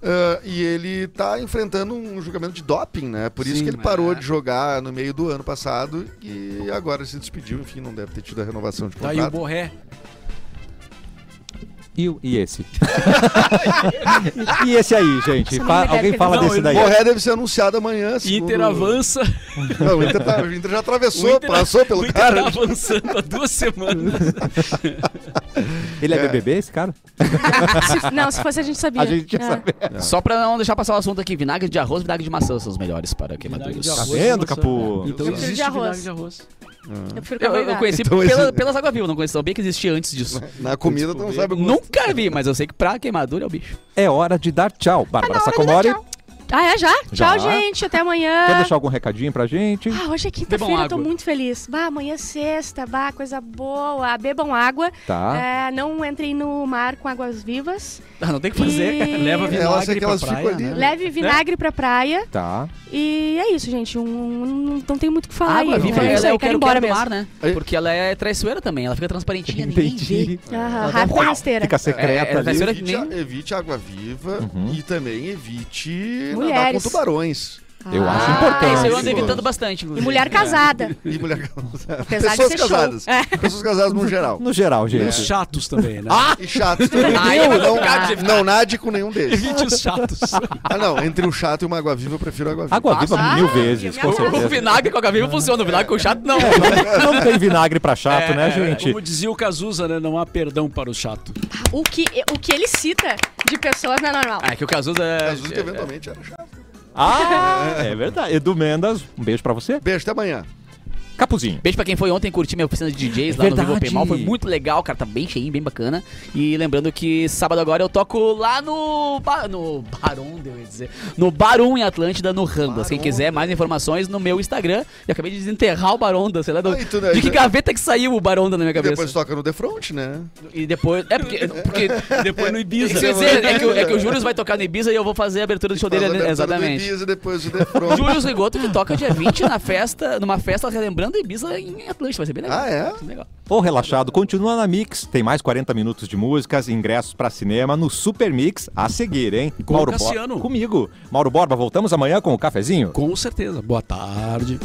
Ah, e ele tá enfrentando um julgamento de doping, né? Por isso Sim, que ele é. parou de jogar no meio do ano passado e agora se despediu. Enfim, não deve ter tido a renovação de Tá aí o contrato. Borré. E, o- e esse? <laughs> e esse aí, gente? Essa Fa- não me alguém deve fala ter desse visto. daí. é- Borré deve ser anunciado amanhã. segundo- Inter avança. <laughs> Não, o Inter, tá- o Inter já atravessou, O Inter- passou pelo o Inter cara. tá avançando há duas <laughs> semanas. Ele é É. BBB, esse cara? Se- não, se fosse a gente sabia. A gente já É. sabe. Só pra não deixar passar o assunto aqui, vinagre de arroz e vinagre de maçã são os melhores para queimaduras. Vinagre de Tá arroz, vendo, maçã. Capu? Então Eu prefiro existe de arroz. vinagre de arroz. Eu prefiro Eu, eu carboidrato. conheci Então, pela- esse- pelas águas vivas, não conhecia, sabia que existia antes disso. Na comida, tu não sabe é o gosto. Nunca vi, mas eu sei que pra queimadura é o bicho. É hora de dar tchau. Bárbara Sacomori, Ah, é? Já? Já. Tchau, gente. Até quer amanhã. deixar algum recadinho pra gente? Ah, hoje Bebam é quinta-feira, eu tô água. muito feliz. Bah, amanhã é sexta, bah, coisa boa. Ah, Bebam água. Tá. É, não entrem no mar com águas vivas. Ah, não tem o que fazer. E- Leva Elas vinagre é que pra elas praia, ficam ali, né? né? Leve vinagre pra praia. Tá. E é isso, gente. Um- um- não tem muito o que falar. água aí. viva, é ela isso é aí, o quero quero ir embora embora do mesmo. mar, né? Aí- Porque ela é traiçoeira também, ela fica transparentinha, ninguém vê. Aham, Ela dá rápido um- e rasteira. Fica secreta É, é, vai ali. ser- Evite, a- nem- evite água viva Uhum. e também evite nadar com Mulheres. tubarões. Eu Ah, acho Ah, isso importante. eu ando evitando bastante, E inclusive. mulher <laughs> casada. <laughs> E mulher casada. Apesar de É. Pessoas ser show. É, casadas. Pessoas casadas no um geral. No geral, E Os gente. chatos também, né? Ah. E chatos <laughs> também. Ai, não, eu não, vou ficar de- não nade com nenhum deles. Evite os chatos. Ah, não. Entre o chato e uma água viva, eu prefiro água viva. Água viva Ah, mil eu vezes, me com amarro. <laughs> O, o certeza. vinagre com a viva funciona, o vinagre com chato não. É. Não tem vinagre pra chato, É, né, é, gente? Como dizia o Cazuza, né? Não há perdão para o chato. O que, o que ele cita de pessoas não é normal. Ah, é que o Cazuza... Às vezes, eventualmente, era chato. Ah, é verdade. Edu Mendas, um beijo pra você. Beijo, até amanhã. Capuzinho. Beijo pra quem foi ontem curtir minha oficina de É DJs lá Verdade. no Vivo Open Mall. Foi muito legal, cara. Tá bem cheinho, bem bacana. E lembrando que sábado agora eu toco lá no. Ba- No Baron, eu ia dizer. No Baron em Atlântida, no Randas. Quem quiser mais informações no meu Instagram. Eu acabei de desenterrar o Baronda, sei lá. Do, Ah, e tu, né, de que tu- gaveta que saiu o Baronda na minha E cabeça. depois toca no The Front, né? E depois. É <laughs> porque. porque Depois no isso Ibiza. que eu ia dizer, é, que, o- é que o Július vai tocar no Ibiza e eu vou fazer a abertura do show Faz a dele. é abertura do Exatamente. Ibiza, depois o The Front. Július Rigoto que toca dia 20 na festa, numa festa relembrando Ibiza em Atlântida. Vai ser bem legal. Ah, é? Vai ser legal. Ô Relaxado continua na Mix. Tem mais 40 minutos de músicas, ingressos pra cinema no Super Mix a seguir, hein? Com Mauro o Borba. Cassiano. Comigo. Mauro Borba, voltamos amanhã com o cafezinho? Com certeza. Boa tarde.